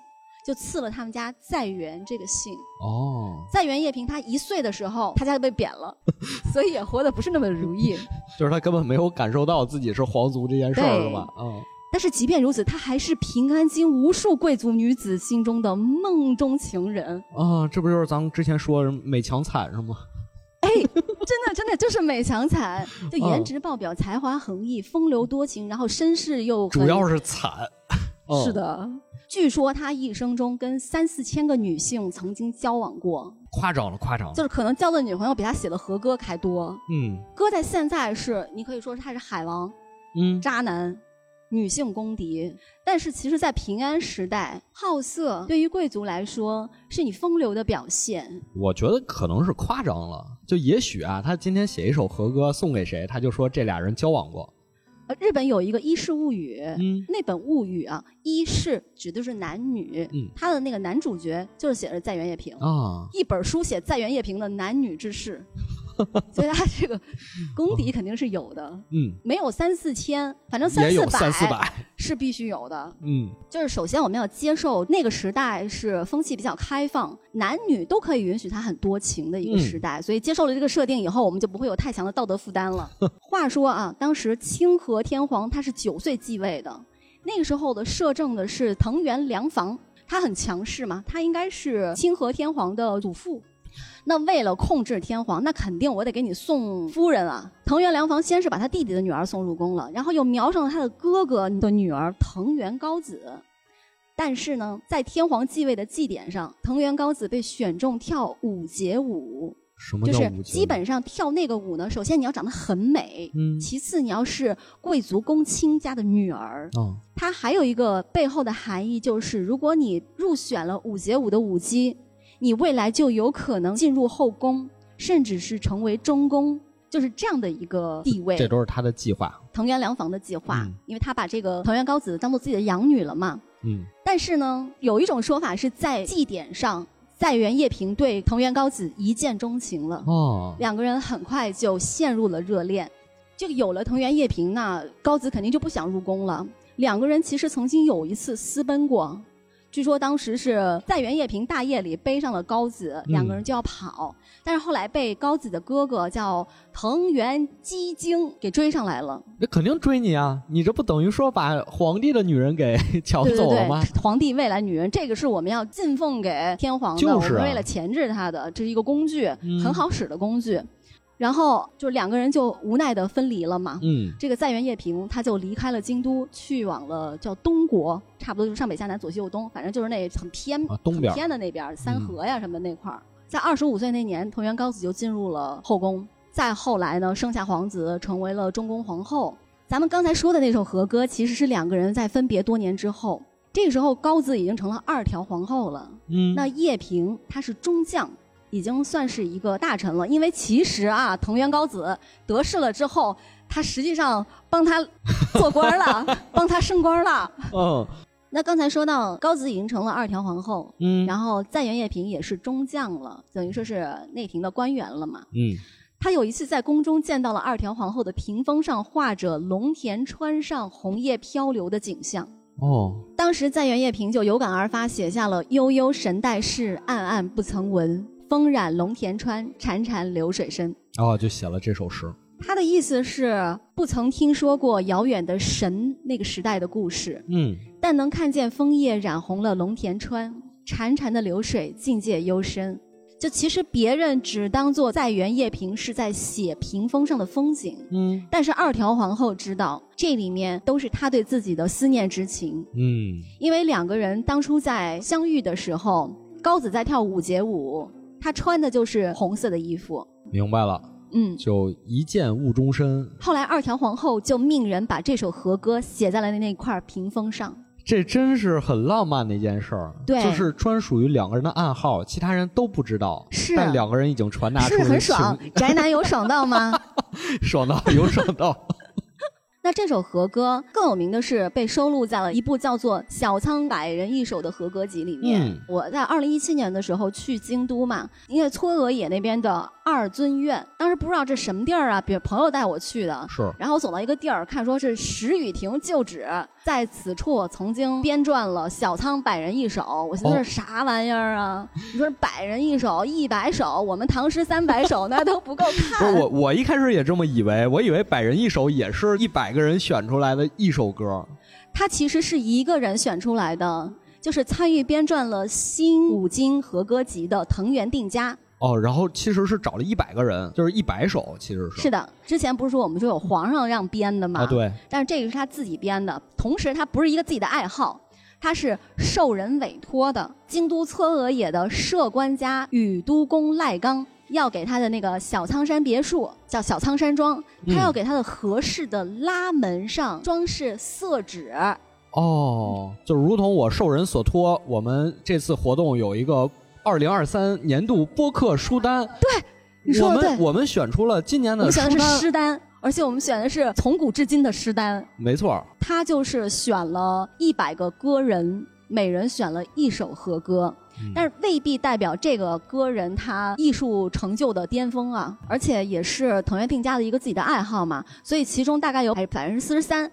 Speaker 1: 就赐了他们家在元这个姓。
Speaker 2: 哦，
Speaker 1: 在元叶平他一岁的时候，他家就被贬了， 所以也活得不是那么如意。
Speaker 2: 就是他根本没有感受到自己是皇族这件事儿，
Speaker 1: 对
Speaker 2: 是吧？嗯，
Speaker 1: 但是即便如此，他还是平安京无数贵族女子心中的梦中情人。
Speaker 2: 啊，这不就是咱们之前说的美强惨是吗？
Speaker 1: 哎，真的真的就是美强惨，就
Speaker 2: 哦
Speaker 1: 颜值爆表，才华横溢，风流多情，然后身世又
Speaker 2: 主
Speaker 1: 很
Speaker 2: 要是 惨。嗯
Speaker 1: 是，的。据说他一生中跟三四千个女性曾经交往过，
Speaker 2: 嗯夸张了，夸张了。
Speaker 1: 就是可能交的女朋友比他写的和歌还多。
Speaker 2: 嗯
Speaker 1: 哥在现在是你可以说他是海王、
Speaker 2: 嗯，
Speaker 1: 渣男、女性公敌，但是其实，在平安时代，好色对于贵族来说是你风流的表现。
Speaker 2: 我觉得可能是夸张了。就也许啊，他今天写一首和歌送给谁，他就说这俩人交往过。
Speaker 1: 呃，日本有一个《伊势物语》，
Speaker 2: 嗯
Speaker 1: 那本物语啊，伊势指的是男女，
Speaker 2: 嗯
Speaker 1: 他的那个男主角就是写着在原叶平。
Speaker 2: 啊，
Speaker 1: 一本书写在原叶平的男女之 事，所以他这个功底肯定是有的，
Speaker 2: 嗯，
Speaker 1: 没有三四千，反正三
Speaker 2: 也
Speaker 1: 四
Speaker 2: 有
Speaker 1: 百
Speaker 2: 三四 百。
Speaker 1: 是必须有的。
Speaker 2: 嗯
Speaker 1: 就是首先我们要接受那个时代是风气比较开放，男女都可以允许他很多情的一个时代，所以接受了这个设定以后，我们就不会有太强的道德负担了。话说啊，当时清和天皇他是九岁继位的，那个时候的摄政的是藤原良房，他很强势嘛，他应该是清和天皇的祖父。那为了控制天皇，那肯定我得给你送夫人啊。藤原良房先是把他弟弟的女儿送入宫了，然后又瞄上了他的哥哥的女儿藤原高子。但是呢，在天皇继位的祭典上，藤原高子被选中跳五节舞，
Speaker 2: 什么
Speaker 1: 就
Speaker 2: 叫
Speaker 1: 是
Speaker 2: 五级
Speaker 1: 基本上跳那个舞呢，首先你要长得很美，
Speaker 2: 嗯
Speaker 1: 其次你要是贵族公卿家的女儿，
Speaker 2: 啊
Speaker 1: 它还有一个背后的含义，就是如果你入选了五节舞的舞姬，你未来就有可能进入后宫，甚至是成为中宫，就是这样的一个地位
Speaker 2: 这。都是他的计划。
Speaker 1: 藤原良房的计划，
Speaker 2: 嗯
Speaker 1: 因为他把这个藤原高子当做自己的养女了嘛。
Speaker 2: 嗯
Speaker 1: 但是呢，有一种说法是在祭典上，在原叶平对藤原高子一见钟情了。
Speaker 2: 哦，
Speaker 1: 两个人很快就陷入了热恋，就有了藤原叶平那高子肯定就不想入宫了。两个人其实曾经有一次私奔过，据说当时是在原叶平大夜里背上了高子，两个人就要跑，但是后来被高子的哥哥叫藤原基京给追上来了。
Speaker 2: 那肯定追你啊！你这不等于说把皇帝的女人给 抢
Speaker 1: 对对
Speaker 2: 哦走了吗？
Speaker 1: 对，皇帝未来女人，这个是我们要进奉给天皇的，
Speaker 2: 就是啊
Speaker 1: 我们为了钳制他的，这是一个工具，
Speaker 2: 嗯
Speaker 1: 很好使的工具。然后就两个人就无奈的分离了嘛。
Speaker 2: 嗯
Speaker 1: 这个在原叶平他就离开了京都，去往了叫东国，差不多就是上北下南左西右东，反正就是那很偏、
Speaker 2: 啊东边嗯
Speaker 1: 很偏的那边儿，三河呀什么那块儿。在二十五岁那年，藤原高子就进入了后宫，再后来呢，生下皇子，成为了中宫皇后。咱们刚才说的那首和歌，其实是两个人在分别多年之后，这个时候高子已经成了二条皇后了。
Speaker 2: 嗯，
Speaker 1: 那叶平他是中将，已经算是一个大臣了。因为其实啊，藤原高子得势了之后，他实际上帮他做官 了，帮他升官了。
Speaker 2: 嗯
Speaker 1: 那刚才说到高子已经成了二条皇后，
Speaker 2: 嗯，
Speaker 1: 然后在原叶平也是中将了，等于说是内廷的官员了嘛。
Speaker 2: 嗯
Speaker 1: 他有一次在宫中见到了二条皇后的屏风上画着龙田川上红叶飘流的景象。
Speaker 2: 哦，
Speaker 1: 当时在原叶平就有感而发，写下了“悠悠神代事，暗暗不曾闻。风染龙田川，潺潺流水深。
Speaker 2: 然哦后就写了这首诗。”
Speaker 1: 他的意思是不曾听说过遥远的神那个时代的故事，
Speaker 2: 嗯，
Speaker 1: 但能看见枫叶染红了龙田川，潺潺的流水境界幽深。就其实别人只当做在原叶平是在写屏风上的风景，
Speaker 2: 嗯
Speaker 1: 但是二条皇后知道这里面都是她对自己的思念之情。
Speaker 2: 嗯
Speaker 1: 因为两个人当初在相遇的时候，高子在跳舞节舞，她穿的就是红色的衣服。
Speaker 2: 明白了，
Speaker 1: 嗯，
Speaker 2: 就一见误终身。
Speaker 1: 后来二条皇后就命人把这首和歌写在了那块屏风上。
Speaker 2: 这真是很浪漫的一件事儿，
Speaker 1: 对
Speaker 2: 就是专属于两个人的暗号，其他人都不知道，
Speaker 1: 是
Speaker 2: 但两个人已经传达出
Speaker 1: 是不是很
Speaker 2: 情
Speaker 1: 爽，宅男有爽到吗？
Speaker 2: 爽到有爽 到，
Speaker 1: 那这首和歌更有名的是被收录在了一部叫做《小仓百人一首》的和歌集里面。
Speaker 2: 嗯
Speaker 1: 我在二零一七年的时候去京都嘛，因为嵯峨野那边的二尊院，当时不知道这什么地儿啊，别朋友带我去的。
Speaker 2: 是
Speaker 1: 然后走到一个地儿，看说是石雨亭旧址，在此处曾经编撰了小仓百人一首。我寻思
Speaker 2: 哦
Speaker 1: 这啥玩意儿啊？你说百人一首、一百首，我们唐诗三百首那都不够
Speaker 2: 不是
Speaker 1: 看。啊
Speaker 2: 我，我一开始也这么以为，我以为百人一首也是一百个人选出来的一首歌。
Speaker 1: 他其实是一个人选出来的，就是参与编撰了《新五经和歌集》的藤原定家。
Speaker 2: 哦，然后其实是找了一百个人，就是一百首，其实是
Speaker 1: 是的，之前不是说我们说有皇上让编的吗？
Speaker 2: 啊，对，
Speaker 1: 但是这个是他自己编的，同时他不是一个自己的爱好，他是受人委托的。京都嵯峨野的社官家宇都宫赖纲要给他的那个小仓山别墅叫小仓山庄，他
Speaker 2: 嗯
Speaker 1: 要给他的合适的拉门上装饰色纸，
Speaker 2: 哦，就如同我受人所托，我们这次活动有一个二零二三年度播客书单，
Speaker 1: 你说
Speaker 2: 我
Speaker 1: 的对
Speaker 2: 们我们选出了今年
Speaker 1: 我
Speaker 2: 的
Speaker 1: 们
Speaker 2: 书
Speaker 1: 选的是
Speaker 2: 单，
Speaker 1: 诗单，而且我们选的是从古至今的诗单。
Speaker 2: 没错，
Speaker 1: 他就是选了一百个歌人，每人选了一首和歌，但是未必代表这个歌人他艺术成就的巅峰啊，而且也是藤原定家的一个自己的爱好嘛，所以其中大概有百分之四十三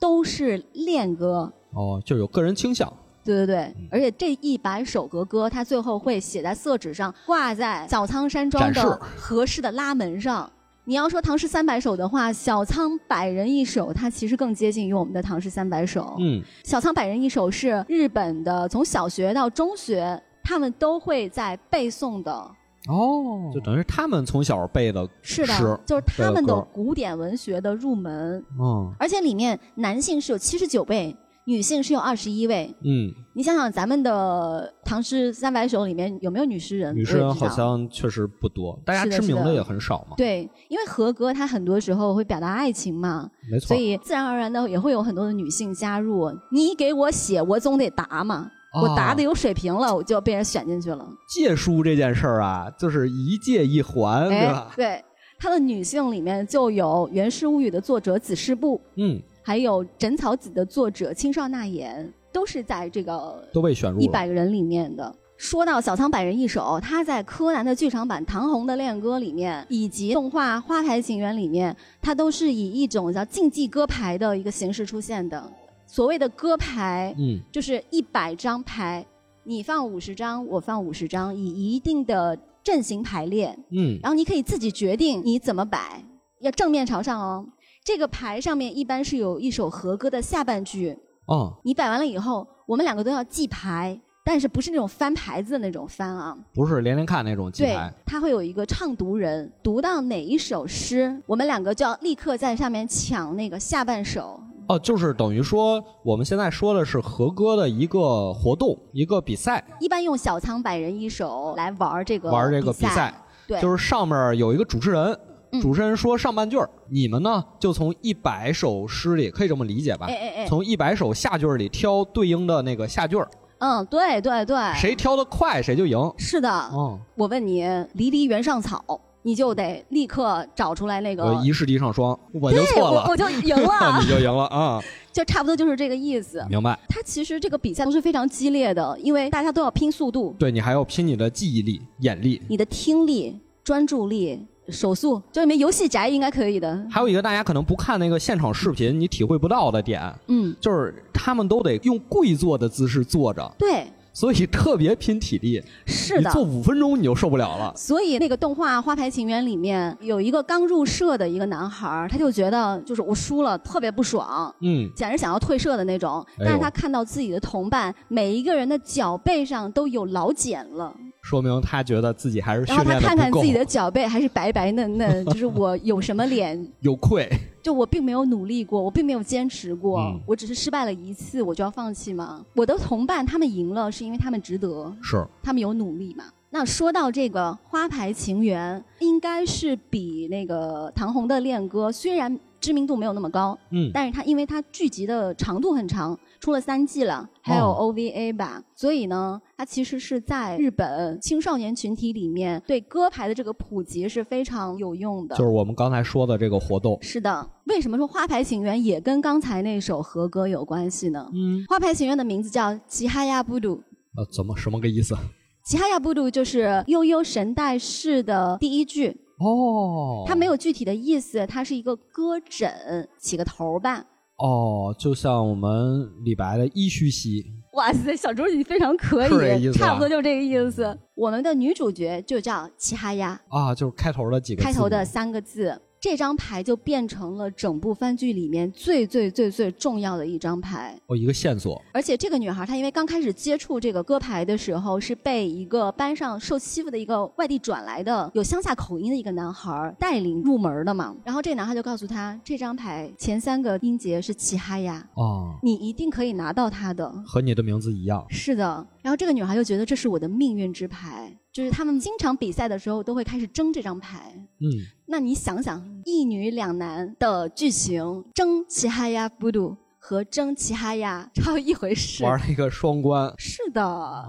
Speaker 1: 都是恋歌。
Speaker 2: 哦，就有个人倾向。
Speaker 1: 对对对，
Speaker 2: 嗯
Speaker 1: 而且这一百首歌歌，他最后会写在色纸上，挂在小仓山庄
Speaker 2: 展示
Speaker 1: 的合适的拉门上。你要说唐诗三百首的话，小仓百人一首，它其实更接近于我们的唐诗三百首。
Speaker 2: 嗯，
Speaker 1: 小仓百人一首是日本的，从小学到中学，他们都会在背诵的。
Speaker 2: 哦，就等于是他们从小背的，
Speaker 1: 是的，
Speaker 2: 是
Speaker 1: 就是他们
Speaker 2: 这个
Speaker 1: 的
Speaker 2: 歌
Speaker 1: 古典文学的入门，
Speaker 2: 嗯
Speaker 1: 而且里面男性是有七十九位，女性是有二十一位。
Speaker 2: 嗯，
Speaker 1: 你想想，咱们的唐诗三百首里面有没有女诗人？
Speaker 2: 女诗
Speaker 1: 我
Speaker 2: 人
Speaker 1: 也不知
Speaker 2: 好
Speaker 1: 道
Speaker 2: 像确实不多，大家
Speaker 1: 嗯是的
Speaker 2: 知名
Speaker 1: 是的
Speaker 2: 也很少嘛，
Speaker 1: 对，因为和歌它很多时候会表达爱情嘛，
Speaker 2: 没错
Speaker 1: 所。以自然而然的也会有很多的女性加入。你给我写，我总得答嘛，我答
Speaker 2: 啊
Speaker 1: 的有水平了，我就被人选进去了。
Speaker 2: 借书这件事儿啊，就是一借一还，对
Speaker 1: 哎
Speaker 2: 吧，？
Speaker 1: 对，它的女性里面就有《源氏物语》的作者子氏部，
Speaker 2: 嗯，
Speaker 1: 还有《枕草子》的作者青少纳言，都是在这个
Speaker 2: 都被选入
Speaker 1: 一
Speaker 2: 了。
Speaker 1: 百个人里面的。说到小仓百人一首，他在柯南的剧场版《唐红的恋歌》里面，以及动画《花牌情缘》里面，它都是以一种叫竞技歌牌的一个形式出现的。所谓的歌牌，
Speaker 2: 嗯，
Speaker 1: 就是一百张牌，你放五十张，我放五十张，以一定的阵型排列，
Speaker 2: 嗯，
Speaker 1: 然后你可以自己决定你怎么摆，要正面朝上哦。这个牌上面一般是有一首和歌的下半句，
Speaker 2: 啊，
Speaker 1: 你摆完了以后，我们两个都要记牌，但是不是那种翻牌子的那种翻啊？
Speaker 2: 不是连连看那种记
Speaker 1: 对
Speaker 2: 牌，，
Speaker 1: 他会有一个唱读人，读到哪一首诗，我们两个就要立刻在上面抢那个下半首。
Speaker 2: 哦，就是等于说我们现在说的是和歌的一个活动，一个比赛，
Speaker 1: 一般用小仓百人一首来玩这个
Speaker 2: 玩这个比赛，
Speaker 1: 对，
Speaker 2: 就是上面有一个主持人。
Speaker 1: 嗯
Speaker 2: 主持人说上半句儿，你们呢就从一百首诗里，可以这么理解吧？
Speaker 1: 哎哎哎，
Speaker 2: 从一百首下句儿里挑对应的那个下句儿，
Speaker 1: 嗯，对对对，
Speaker 2: 谁挑的快谁就赢。
Speaker 1: 是的，
Speaker 2: 哦，
Speaker 1: 我问你，离离原上草，你就得立刻找出来那个。
Speaker 2: 呃我一试敌上双，我
Speaker 1: 对
Speaker 2: 就错
Speaker 1: 我
Speaker 2: 了
Speaker 1: 我，就赢
Speaker 2: 你
Speaker 1: 了，
Speaker 2: 就赢了 啊！
Speaker 1: 就差不多就是这个意 思。
Speaker 2: 明白？
Speaker 1: 它其实这个比赛都是非常激烈的，因为大家都要拼速度，
Speaker 2: 对你还要拼你的记忆力、眼力。
Speaker 1: 你的听力、专注力、手速，这里面游戏宅应该可以的。
Speaker 2: 还有一个大家可能不看那个现场视频，你体会不到的点，
Speaker 1: 嗯，
Speaker 2: 就是他们都得用跪坐的姿势坐着，
Speaker 1: 对，
Speaker 2: 所以特别拼体力。
Speaker 1: 是
Speaker 2: 你
Speaker 1: 的。
Speaker 2: 坐五分钟你就受不了了。
Speaker 1: 所以那个动画《花牌情缘》里面有一个刚入社的一个男孩儿，他就觉得就是我输了，特别不爽。
Speaker 2: 嗯，
Speaker 1: 简直想要退社的那种，
Speaker 2: 哎呦
Speaker 1: 但是他看到自己的同伴每一个人的脚背上都有老茧了，
Speaker 2: 说明他觉得自己还是
Speaker 1: 然
Speaker 2: 训
Speaker 1: 后他
Speaker 2: 练得
Speaker 1: 看看
Speaker 2: 不够
Speaker 1: 自己的脚背还是白白嫩嫩，就是我有什么 脸
Speaker 2: 有愧。
Speaker 1: 就我并没有努力过，我并没有坚持过，
Speaker 2: 嗯
Speaker 1: 我只是失败了一次，我就要放弃吗？我的同伴他们赢了，是因为他们值得，
Speaker 2: 是，
Speaker 1: 他们有努力嘛。那说到这个花牌情缘，应该是比那个唐红的恋歌虽然知名度没有那么高，
Speaker 2: 嗯，
Speaker 1: 但是它因为它剧集的长度很长，出了三季了，还
Speaker 2: 哦
Speaker 1: 有 OVA 吧，所以呢，它其实是在日本青少年群体里面对歌牌的这个普及是非常有用的
Speaker 2: 就。是我们刚才说的这个活动。
Speaker 1: 是的，为什么说《花牌情缘》也跟刚才那首和歌有关系呢？
Speaker 2: 嗯，
Speaker 1: 花牌情缘》的名字叫《吉哈亚布鲁》，
Speaker 2: 呃，怎么什么个意思？
Speaker 1: 吉哈亚布鲁就是《悠悠神代式》的第一句，
Speaker 2: 哦，
Speaker 1: 它没有具体的意思，它是一个歌枕，起个头儿吧。
Speaker 2: 哦，就像我们李白的《伊虚兮》，
Speaker 1: 哇塞，小猪你非常可
Speaker 2: 是这意
Speaker 1: 以，
Speaker 2: 思吧啊
Speaker 1: 差不多就这个意思。我们的女主角就叫齐哈亚，
Speaker 2: 啊，就是开头的几个字
Speaker 1: 开
Speaker 2: 母，
Speaker 1: 头的三个字，这张牌就变成了整部番剧里面最最最最重要的一张牌。
Speaker 2: 哦，一个线索，
Speaker 1: 而且这个女孩她因为刚开始接触这个歌牌的时候，是被一个班上受欺负的一个外地转来的有乡下口音的一个男孩带领入门的嘛。然后这个男孩就告诉她，这张牌前三个音节是齐哈亚，
Speaker 2: 哦，
Speaker 1: 你一定可以拿到它的。
Speaker 2: 和你的名字一样，
Speaker 1: 是的，然后这个女孩就觉得这是我的命运之牌，就是他们经常比赛的时候都会开始争这张牌。
Speaker 2: 嗯，
Speaker 1: 那你想想，一女两男的剧情，争齐哈亚布鲁和争齐哈亚超一回事。
Speaker 2: 玩了一个双关，
Speaker 1: 是的，
Speaker 2: 啊，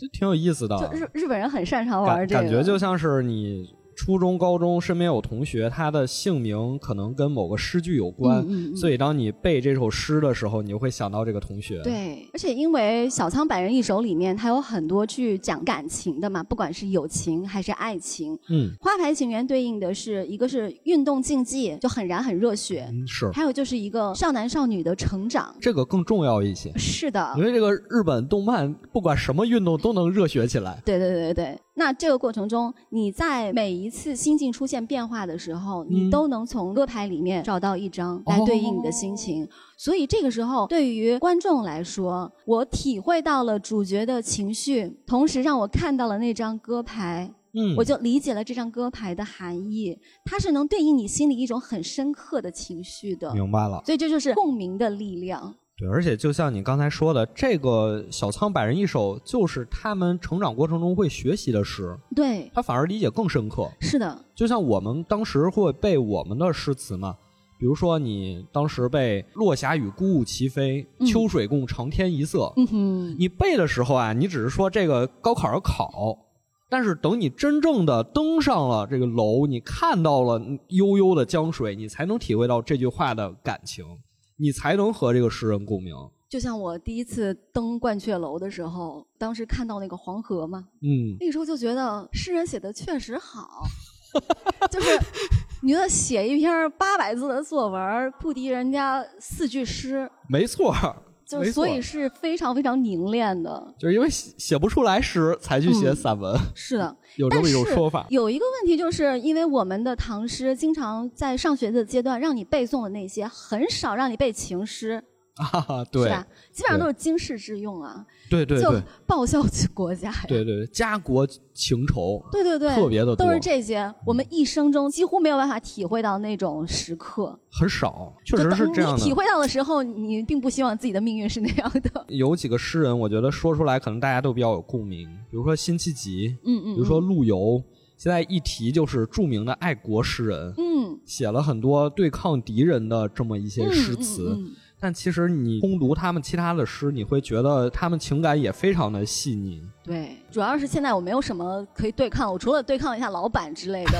Speaker 2: 就挺有意思的，啊
Speaker 1: 就日日本人很擅长玩
Speaker 2: 感
Speaker 1: 这个，
Speaker 2: 感觉就像是你初中、高中身边有同学，他的姓名可能跟某个诗句有关，
Speaker 1: 嗯嗯嗯
Speaker 2: 所以当你背这首诗的时候，你就会想到这个同学。，
Speaker 1: 对，而且因为《小仓百人一首》里面，它有很多去讲感情的嘛，不管是友情还是爱情。
Speaker 2: 嗯，
Speaker 1: 花牌情缘对应的是一个是运动竞技，就很燃很热血，
Speaker 2: 嗯是
Speaker 1: 还有就是一个少男少女的成长。
Speaker 2: 这个更重要一些，
Speaker 1: 是的，
Speaker 2: 因为这个日本动漫不管什么运动都能热血起来。
Speaker 1: 对对对对，那这个过程中，你在每一次心境出现变化的时候，
Speaker 2: 嗯哦
Speaker 1: 你都能从歌牌里面找到一张来对应你的心情。所以这个时候，对于观众来说，我体会到了主角的情绪，同时让我看到了那张歌牌，
Speaker 2: 嗯，
Speaker 1: 我就理解了这张歌牌的含义。它是能对应你心里一种很深刻的情绪的，
Speaker 2: 明白了。
Speaker 1: 所以这就是共鸣的力量。
Speaker 2: 对，而且就像你刚才说的，这个小仓百人一首就是他们成长过程中会学习的诗，
Speaker 1: 对，
Speaker 2: 他反而理解更深刻。
Speaker 1: 是的，
Speaker 2: 就像我们当时会背我们的诗词嘛，比如说你当时背“落霞与孤鹜齐飞，
Speaker 1: 嗯
Speaker 2: 秋水共长天一色”
Speaker 1: 嗯哼，
Speaker 2: 你背的时候啊，你只是说这个高考要考，但是等你真正的登上了这个楼，你看到了悠悠的江水，你才能体会到这句话的感情，你才能和这个诗人共鸣。
Speaker 1: 就像我第一次登鹳雀楼的时候，当时看到那个黄河嘛，
Speaker 2: 嗯，
Speaker 1: 那个时候就觉得诗人写的确实好， 就是你觉得写一篇八百字的作文不敌人家四句诗，
Speaker 2: 没错儿，
Speaker 1: 就
Speaker 2: 没
Speaker 1: 是
Speaker 2: 错
Speaker 1: 所
Speaker 2: 儿
Speaker 1: 以是非常非常凝练的。
Speaker 2: 就是因为写写不出来诗，才去写
Speaker 1: 嗯
Speaker 2: 散文，
Speaker 1: 是的，
Speaker 2: 有这
Speaker 1: 但
Speaker 2: 么一
Speaker 1: 是
Speaker 2: 种说法。
Speaker 1: 有一个问题，就是因为我们的唐诗经常在上学的阶段让你背诵的那些，很少让你背情诗，
Speaker 2: 哈哈，
Speaker 1: 是
Speaker 2: 对，
Speaker 1: 吧？基本上都是经世致用啊，
Speaker 2: 对对
Speaker 1: 就
Speaker 2: 对。
Speaker 1: 报效 国家呀。
Speaker 2: 对对，对，家国情仇，
Speaker 1: 对对对，
Speaker 2: 特别的多
Speaker 1: 都是这些。我们一生中几乎没有办法体会到那种时刻，
Speaker 2: 很少，确实
Speaker 1: 就是等
Speaker 2: 这样
Speaker 1: 你体
Speaker 2: 的。
Speaker 1: 会到的时候，你并不希望自己的命运是那样的。
Speaker 2: 有几个诗人，我觉得说出来可能大家都比较有共鸣，比如说辛弃疾，
Speaker 1: 嗯嗯，
Speaker 2: 比如说陆游，现在一提就是著名的爱国诗人，
Speaker 1: 嗯，
Speaker 2: 写了很多对抗敌人的这么一些
Speaker 1: 嗯
Speaker 2: 诗词。
Speaker 1: 嗯嗯嗯
Speaker 2: 但其实你通读他们其他的诗，你会觉得他们情感也非常的细腻。
Speaker 1: 对，主要是现在我没有什么可以对抗，我除了对抗一下老板之类 的，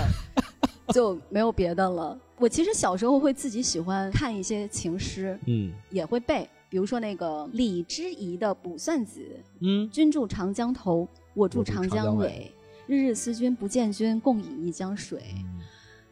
Speaker 1: 就没有别的了。我其实小时候会自己喜欢看一些情诗，
Speaker 2: 嗯
Speaker 1: 也会背，比如说那个李之仪的《卜算子》，
Speaker 2: 嗯，
Speaker 1: 君住长江头，我住
Speaker 2: 我住
Speaker 1: 长
Speaker 2: 长
Speaker 1: 江
Speaker 2: 江
Speaker 1: 尾
Speaker 2: 尾。
Speaker 1: 日日思君不见君，共饮一江水。
Speaker 2: 嗯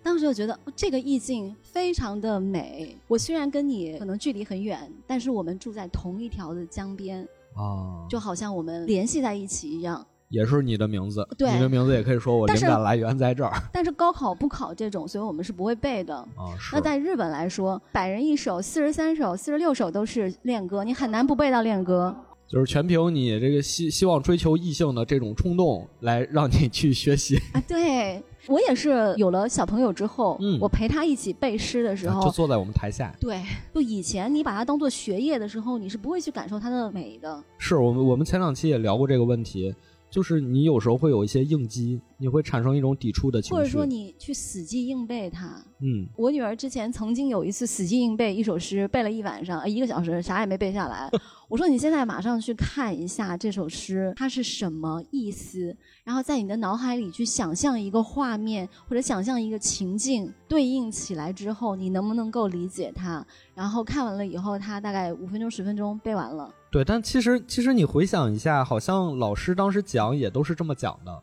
Speaker 1: 当时就觉得哦这个意境非常的美。我虽然跟你可能距离很远，但是我们住在同一条的江边，
Speaker 2: 啊，
Speaker 1: 就好像我们联系在一起一样。
Speaker 2: 也是你的名字，
Speaker 1: 对
Speaker 2: 你的名字也可以说我
Speaker 1: 但
Speaker 2: 灵
Speaker 1: 是
Speaker 2: 感来源在这儿
Speaker 1: 但是高考不考这种，所以我们是不会背的。
Speaker 2: 啊。是
Speaker 1: 那在日本来说，百人一首、四十三首、四十六首都是恋歌，你很难不背到恋歌。
Speaker 2: 就是全凭你这个希希望追求异性的这种冲动来让你去学习，
Speaker 1: 啊，对我也是有了小朋友之后，
Speaker 2: 嗯
Speaker 1: 我陪他一起背诗的时候，
Speaker 2: 就坐在我们台下。
Speaker 1: 对，就以前你把它当做学业的时候，你是不会去感受它的美的。
Speaker 2: 是我们我们前两期也聊过这个问题，就是你有时候会有一些应激，你会产生一种抵触的情绪，
Speaker 1: 或者说你去死记硬背它。
Speaker 2: 嗯，
Speaker 1: 我女儿之前曾经有一次死记硬背一首诗，背了一晚上，呃一个小时，啥也没背下来。 我说你现在马上去看一下这首诗，它是什么意思，然后在你的脑海里去想象一个画面或者想象一个情境，对应起来之后，你能不能够理解它？然后看完了以后，她大概五分钟十分钟背完了。
Speaker 2: 对，但其实其实你回想一下，好像老师当时讲也都是这么讲的，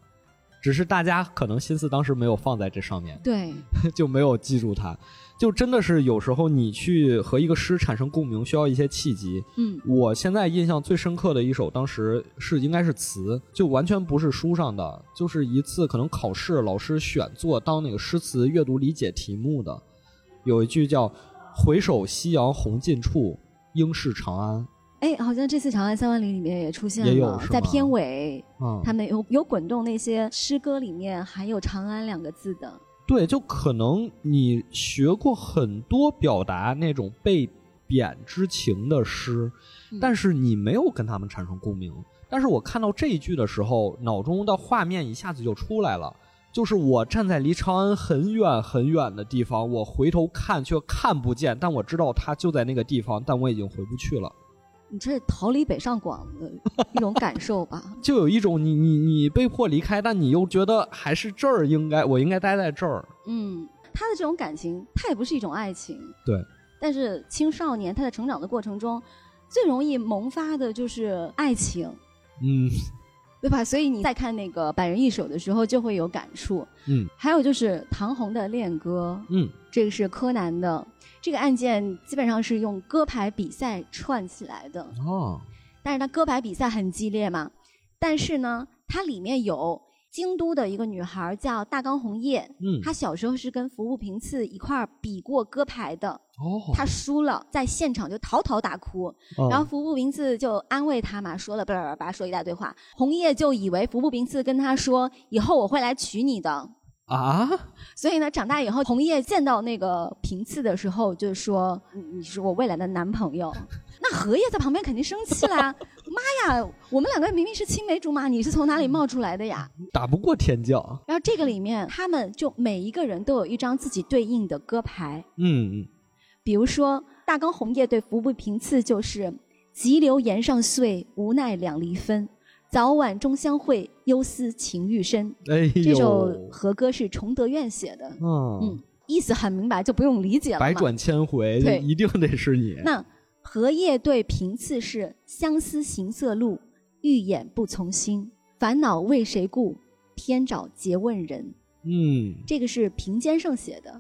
Speaker 2: 只是大家可能心思当时没有放在这上面，
Speaker 1: 对，
Speaker 2: 就没有记住它。就真的是有时候你去和一个诗产生共鸣，需要一些契机。
Speaker 1: 嗯
Speaker 2: 我现在印象最深刻的一首，当时是应该是词，就完全不是书上的，就是一次可能考试老师选做当那个诗词阅读理解题目的，有一句叫“回首夕阳红尽处，应是长安
Speaker 1: 哎，好像这次《长安三万里》里面也出现
Speaker 2: 也有
Speaker 1: 了，
Speaker 2: 是
Speaker 1: 在
Speaker 2: 吗
Speaker 1: 片尾，”
Speaker 2: 嗯。
Speaker 1: 他们有有滚动那些诗歌里面含有“长安”两个字的，
Speaker 2: 对，就可能你学过很多表达那种被贬之情的诗，
Speaker 1: 嗯
Speaker 2: 但是你没有跟他们产生共鸣。但是我看到这一句的时候，脑中的画面一下子就出来了，就是我站在离长安很远很远的地方，我回头看却看不见，但我知道它就在那个地方，但我已经回不去了。
Speaker 1: 你这是逃离北上广的一种感受吧？
Speaker 2: 就有一种你你你被迫离开，但你又觉得还是这儿应该我应该待在这儿。
Speaker 1: 嗯，他的这种感情，它也不是一种爱情，
Speaker 2: 对。
Speaker 1: 但是青少年他在成长的过程中，最容易萌发的就是爱情，
Speaker 2: 嗯
Speaker 1: 对吧？所以你在看那个《百人一首》的时候，就会有感触。
Speaker 2: 嗯
Speaker 1: 还有就是唐红的《恋歌》，
Speaker 2: 嗯，
Speaker 1: 这个是柯南的。这个案件基本上是用歌牌比赛串起来的，
Speaker 2: 哦，
Speaker 1: 但是它歌牌比赛很激烈嘛。但是呢，它里面有京都的一个女孩叫大冈红叶，
Speaker 2: 嗯，
Speaker 1: 她小时候是跟服部平次一块儿比过歌牌的，
Speaker 2: 哦，
Speaker 1: 她输了，在现场就嚎啕大哭。然后
Speaker 2: 哦
Speaker 1: 服部平次就安慰她嘛，说了叭叭叭叭说一大堆话。红叶就以为服部平次跟她说以后我会来娶你的，
Speaker 2: 啊，
Speaker 1: 所以呢，长大以后，红叶见到那个平次的时候，就说：“你你是我未来的男朋友。”那荷叶在旁边肯定生气啦！妈呀，我们两个明明是青梅竹马，你是从哪里冒出来的呀？
Speaker 2: 打不过天降，
Speaker 1: 然后这个里面，他们就每一个人都有一张自己对应的歌牌，
Speaker 2: 嗯，
Speaker 1: 比如说大冈红叶对服部平次就是“急流岩上碎，无奈两离分，早晚终相会，忧思情欲深”。
Speaker 2: 哎呦，
Speaker 1: 这首和歌是崇德院写的。
Speaker 2: 嗯，
Speaker 1: 嗯，意思很明白，就不用理解了嘛。
Speaker 2: 百转千回，
Speaker 1: 对
Speaker 2: 一定得是你，
Speaker 1: 那荷叶对平次是相思行色路，欲掩不从心，烦恼为谁故？偏找诘问人。
Speaker 2: 嗯，
Speaker 1: 这个是平间胜写的。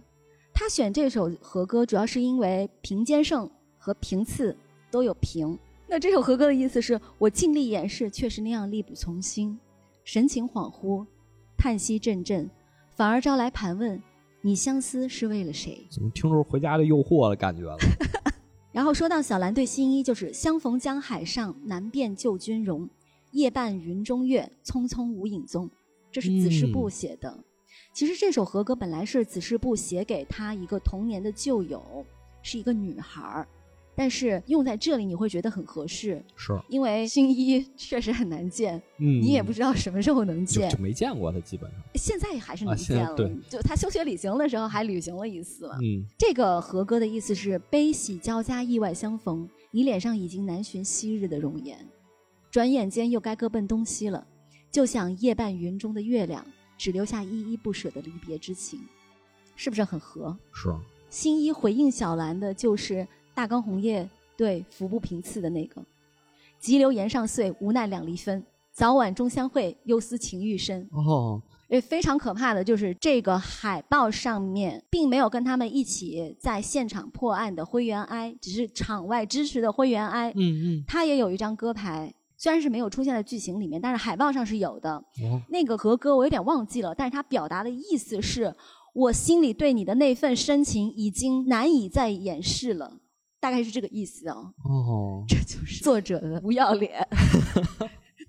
Speaker 1: 他选这首和歌，主要是因为平间胜和平次都有平。那这首和歌的意思是我尽力掩饰，却是那样力不从心，神情恍惚，叹息阵阵，反而招来盘问：你相思是为了谁？
Speaker 2: 怎么听着回家的诱惑了感觉了？
Speaker 1: 然后说到小兰对新一，就是相逢江海上，难辨旧军容。夜半云中月，匆匆无影踪。这是子
Speaker 2: 嗯
Speaker 1: 时部写的。其实这首和歌本来是子时部写给他一个童年的旧友，是一个女孩儿，但是用在这里你会觉得很合适，
Speaker 2: 是，
Speaker 1: 因为新一 确实很难见，
Speaker 2: 嗯，
Speaker 1: 你也不知道什么时候能
Speaker 2: 就
Speaker 1: 见。
Speaker 2: 就没见过他，基本上，
Speaker 1: 现在还是
Speaker 2: 啊
Speaker 1: 能
Speaker 2: 现
Speaker 1: 见
Speaker 2: 在
Speaker 1: 了，
Speaker 2: 对
Speaker 1: 就他休学旅行的时候还旅行了一次嘛。
Speaker 2: 嗯，
Speaker 1: 这个和歌的意思是悲喜交加，意外相逢，你脸上已经难寻昔日的容颜，转眼间又该各奔东西了，就像夜半云中的月亮，只留下依依不舍的离别之情，是不是很合？
Speaker 2: 是，
Speaker 1: 新一回应小兰的就是大冈红叶对服部平次的那个“急流岩上碎，无奈两离分，早晚终相会，忧思情欲深”。
Speaker 2: 哦，
Speaker 1: 也非常可怕的就是这个海报上面并没有跟他们一起在现场破案的灰原哀，只是场外支持的灰原哀，
Speaker 2: 嗯
Speaker 1: 他也有一张歌牌，虽然是没有出现在剧情里面，但是海报上是有的。
Speaker 2: 嗯，哦，
Speaker 1: 那个和歌我有点忘记了，但是他表达的意思是我心里对你的那份深情已经难以再掩饰了，大概是这个意思哦。
Speaker 2: 哦，
Speaker 1: 这就是作者的不要 脸。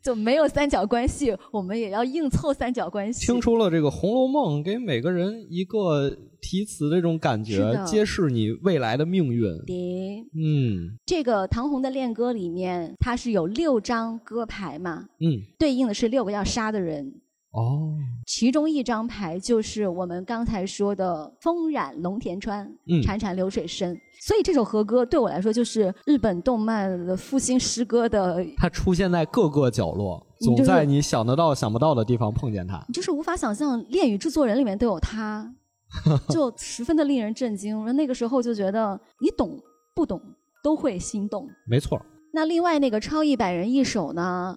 Speaker 1: 就没有三角关系，我们也要硬凑三角关系。
Speaker 2: 听出了这个《红楼梦》给每个人一个题词的这种感
Speaker 1: 是
Speaker 2: 觉，
Speaker 1: 的
Speaker 2: 揭示你未来的命运，
Speaker 1: 的
Speaker 2: 嗯
Speaker 1: 这个唐红的恋歌里面，它是有六张歌牌嘛，
Speaker 2: 嗯，
Speaker 1: 对应的是六个要杀的人。
Speaker 2: 哦，
Speaker 1: 其中一张牌就是我们刚才说的“风染龙田川，
Speaker 2: 嗯
Speaker 1: 潺潺流水深”，所以这首和歌对我来说就是日本动漫的复兴诗歌的，
Speaker 2: 它出现在各个角落，
Speaker 1: 你就
Speaker 2: 总
Speaker 1: 是
Speaker 2: 在你想得到、想不到的地方碰见它。
Speaker 1: 你就是无法想象《恋与制作人》里面都有它，就十分的令人震惊。那个时候就觉得你懂不懂都会心动。
Speaker 2: 没错，
Speaker 1: 那另外那个超一百人一首呢，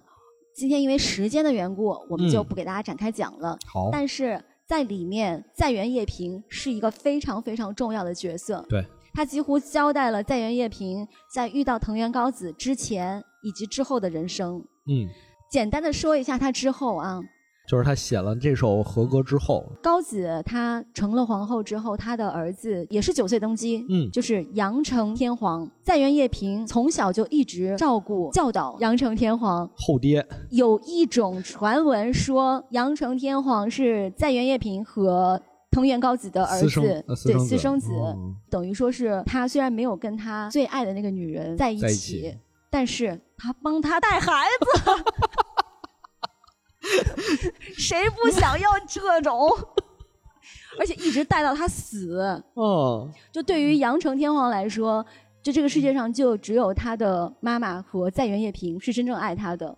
Speaker 1: 今天因为时间的缘故，我们就
Speaker 2: 嗯
Speaker 1: 不给大家展开讲了。
Speaker 2: 好，
Speaker 1: 但是在里面，在原叶平是一个非常非常重要的角色。
Speaker 2: 对，
Speaker 1: 他几乎交代了在原叶平在遇到藤原高子之前以及之后的人生。
Speaker 2: 嗯，
Speaker 1: 简单的说一下他之后啊，
Speaker 2: 就是他写了这首《和歌》之后，
Speaker 1: 高子她成了皇后之后，她的儿子也是九岁登基，
Speaker 2: 嗯
Speaker 1: 就是阳成天皇。在原叶平从小就一直照顾教导阳成天皇。
Speaker 2: 后爹
Speaker 1: 有一种传闻说，阳成天皇是在原叶平和藤原高子的儿
Speaker 2: 私生
Speaker 1: 子，
Speaker 2: 呃私
Speaker 1: 对
Speaker 2: 生
Speaker 1: 私生子，
Speaker 2: 嗯
Speaker 1: 等于说是他虽然没有跟他最爱的那个女人在一
Speaker 2: 在一
Speaker 1: 起，
Speaker 2: 起
Speaker 1: 但是他帮他带孩 子，谁不想要这种？ 而且一直带到他死。
Speaker 2: 哦，
Speaker 1: 就对于阳城天皇来说，就这个世界上就只有他的妈妈和在原叶平是真正爱他的，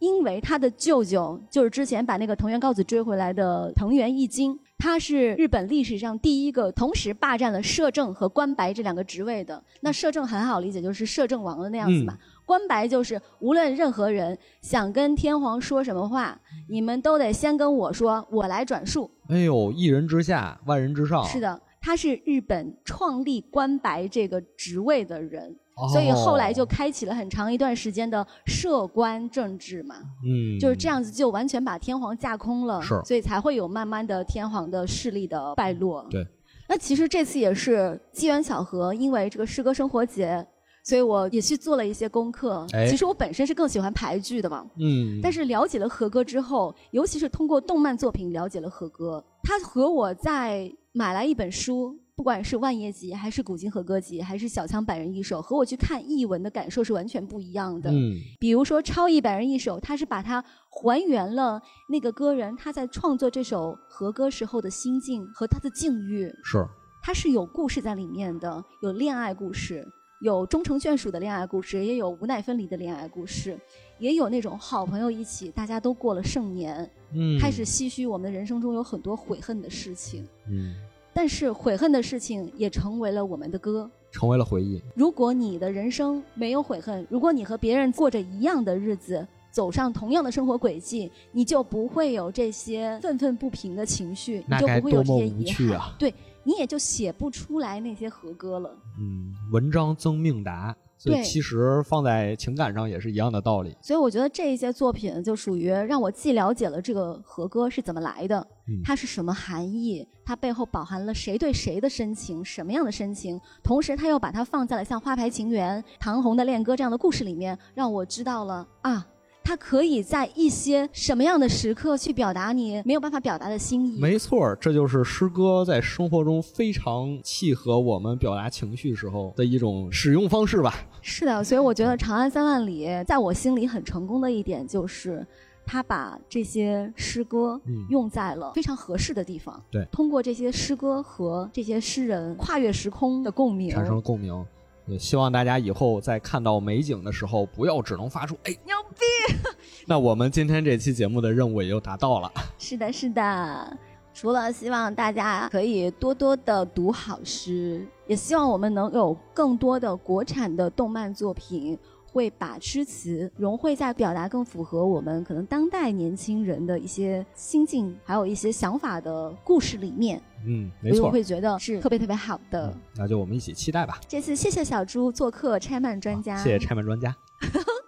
Speaker 1: 因为他的舅舅就是之前把那个藤原高子追回来的藤原义经，他是日本历史上第一个同时霸占了摄政和官白这两个职位的。那摄政很好理解，就是摄政王的那样子嘛。官白就是无论任何人想跟天皇说什么话，你们都得先跟我说，我来转述。
Speaker 2: 哎呦，一人之下，万人之上，
Speaker 1: 是，的，他是日本创立官白这个职位的人，
Speaker 2: 哦、
Speaker 1: 所以后来就开启了很长一段时间的社官政治嘛，
Speaker 2: 嗯，
Speaker 1: 就是这样子就完全把天皇架空了，
Speaker 2: 是
Speaker 1: 所以才会有慢慢的天皇的势力的败落。
Speaker 2: 对，
Speaker 1: 那其实这次也是机缘巧合，因为这个诗歌生活节。所以我也去做了一些功课。
Speaker 2: 哎
Speaker 1: 其实我本身是更喜欢排剧的嘛，
Speaker 2: 嗯，
Speaker 1: 但
Speaker 2: 是
Speaker 1: 是了解了和歌之后，尤其是通过动漫作品了解了和歌，他和我在买来一本书，不管是万叶集，还是古今和歌集，还是小仓百人一首，和我去看译文的感受是完全不一样的。
Speaker 2: 嗯，
Speaker 1: 比如说《超一百人一首》，它是把它还原了那个歌人他在创作这首和歌时候的心境和他的境遇，
Speaker 2: 是
Speaker 1: 它是有故事在里面的，有恋爱故事，有终成眷属的恋爱故事，也有无奈分离的恋爱故事，也有那种好朋友一起，大家都过了盛年，
Speaker 2: 嗯，
Speaker 1: 开始唏嘘我们人生中有很多悔恨的事情。
Speaker 2: 嗯，
Speaker 1: 但是悔恨的事情也成为了我们的歌。
Speaker 2: 成为了回忆，
Speaker 1: 如果你的人生没有悔恨，如果你和别人过着一样的日子，走上同样的生活轨迹，你就不会有这些愤愤不平的情绪，你
Speaker 2: 那
Speaker 1: 就
Speaker 2: 该
Speaker 1: 不会有
Speaker 2: 多
Speaker 1: 这
Speaker 2: 么
Speaker 1: 些
Speaker 2: 无
Speaker 1: 遗
Speaker 2: 趣
Speaker 1: 憾。
Speaker 2: 啊！
Speaker 1: 对，你也就写不出来那些和歌了。
Speaker 2: 嗯，文章增命达，所以
Speaker 1: 对
Speaker 2: 其实放在情感上也是一样的道理。
Speaker 1: 所以我觉得这一些作品就属于让我既了解了这个和歌是怎么来的，
Speaker 2: 嗯
Speaker 1: 它是什么含义，它背后饱含了谁对谁的深情，什么样的深情，同时它又把它放在了像《花牌情缘》《唐红的恋歌》这样的故事里面，让我知道了啊。它可以在一些什么样的时刻去表达你没有办法表达的心意？
Speaker 2: 没错，这就是诗歌在生活中非常契合我们表达情绪时候的一种使用方式吧。
Speaker 1: 是的，所以我觉得《长安三万里》在我心里很成功的一点就是，他把这些诗歌
Speaker 2: 嗯
Speaker 1: 用在了非常合适的地方。
Speaker 2: 对
Speaker 1: 通过这些诗歌和这些诗人跨越时空的共鸣，
Speaker 2: 产生了共鸣。也希望大家以后在看到美景的时候，不要只能发出“哎，
Speaker 1: 牛
Speaker 2: 逼”。 那我们今天这期节目的任务也就达到了。
Speaker 1: 是的，是的。除了希望大家可以多多的读好诗，也希望我们能有更多的国产的动漫作品会把诗词融汇在表达更符合我们可能当代年轻人的一些心境，还有一些想法的故事里面。
Speaker 2: 嗯，没
Speaker 1: 所以我
Speaker 2: 错。嗯
Speaker 1: 会觉得是特别特别好的。
Speaker 2: 那就我们一起期待吧。
Speaker 1: 这次谢谢小猪做客拆漫专家，
Speaker 2: 谢谢拆漫专家，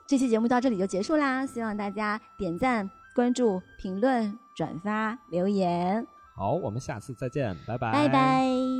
Speaker 1: 这期节目到这里就结束啦，希望大家点赞、关注、评论、转发、留言。
Speaker 2: 好，我们下次再见，拜拜，
Speaker 1: 拜拜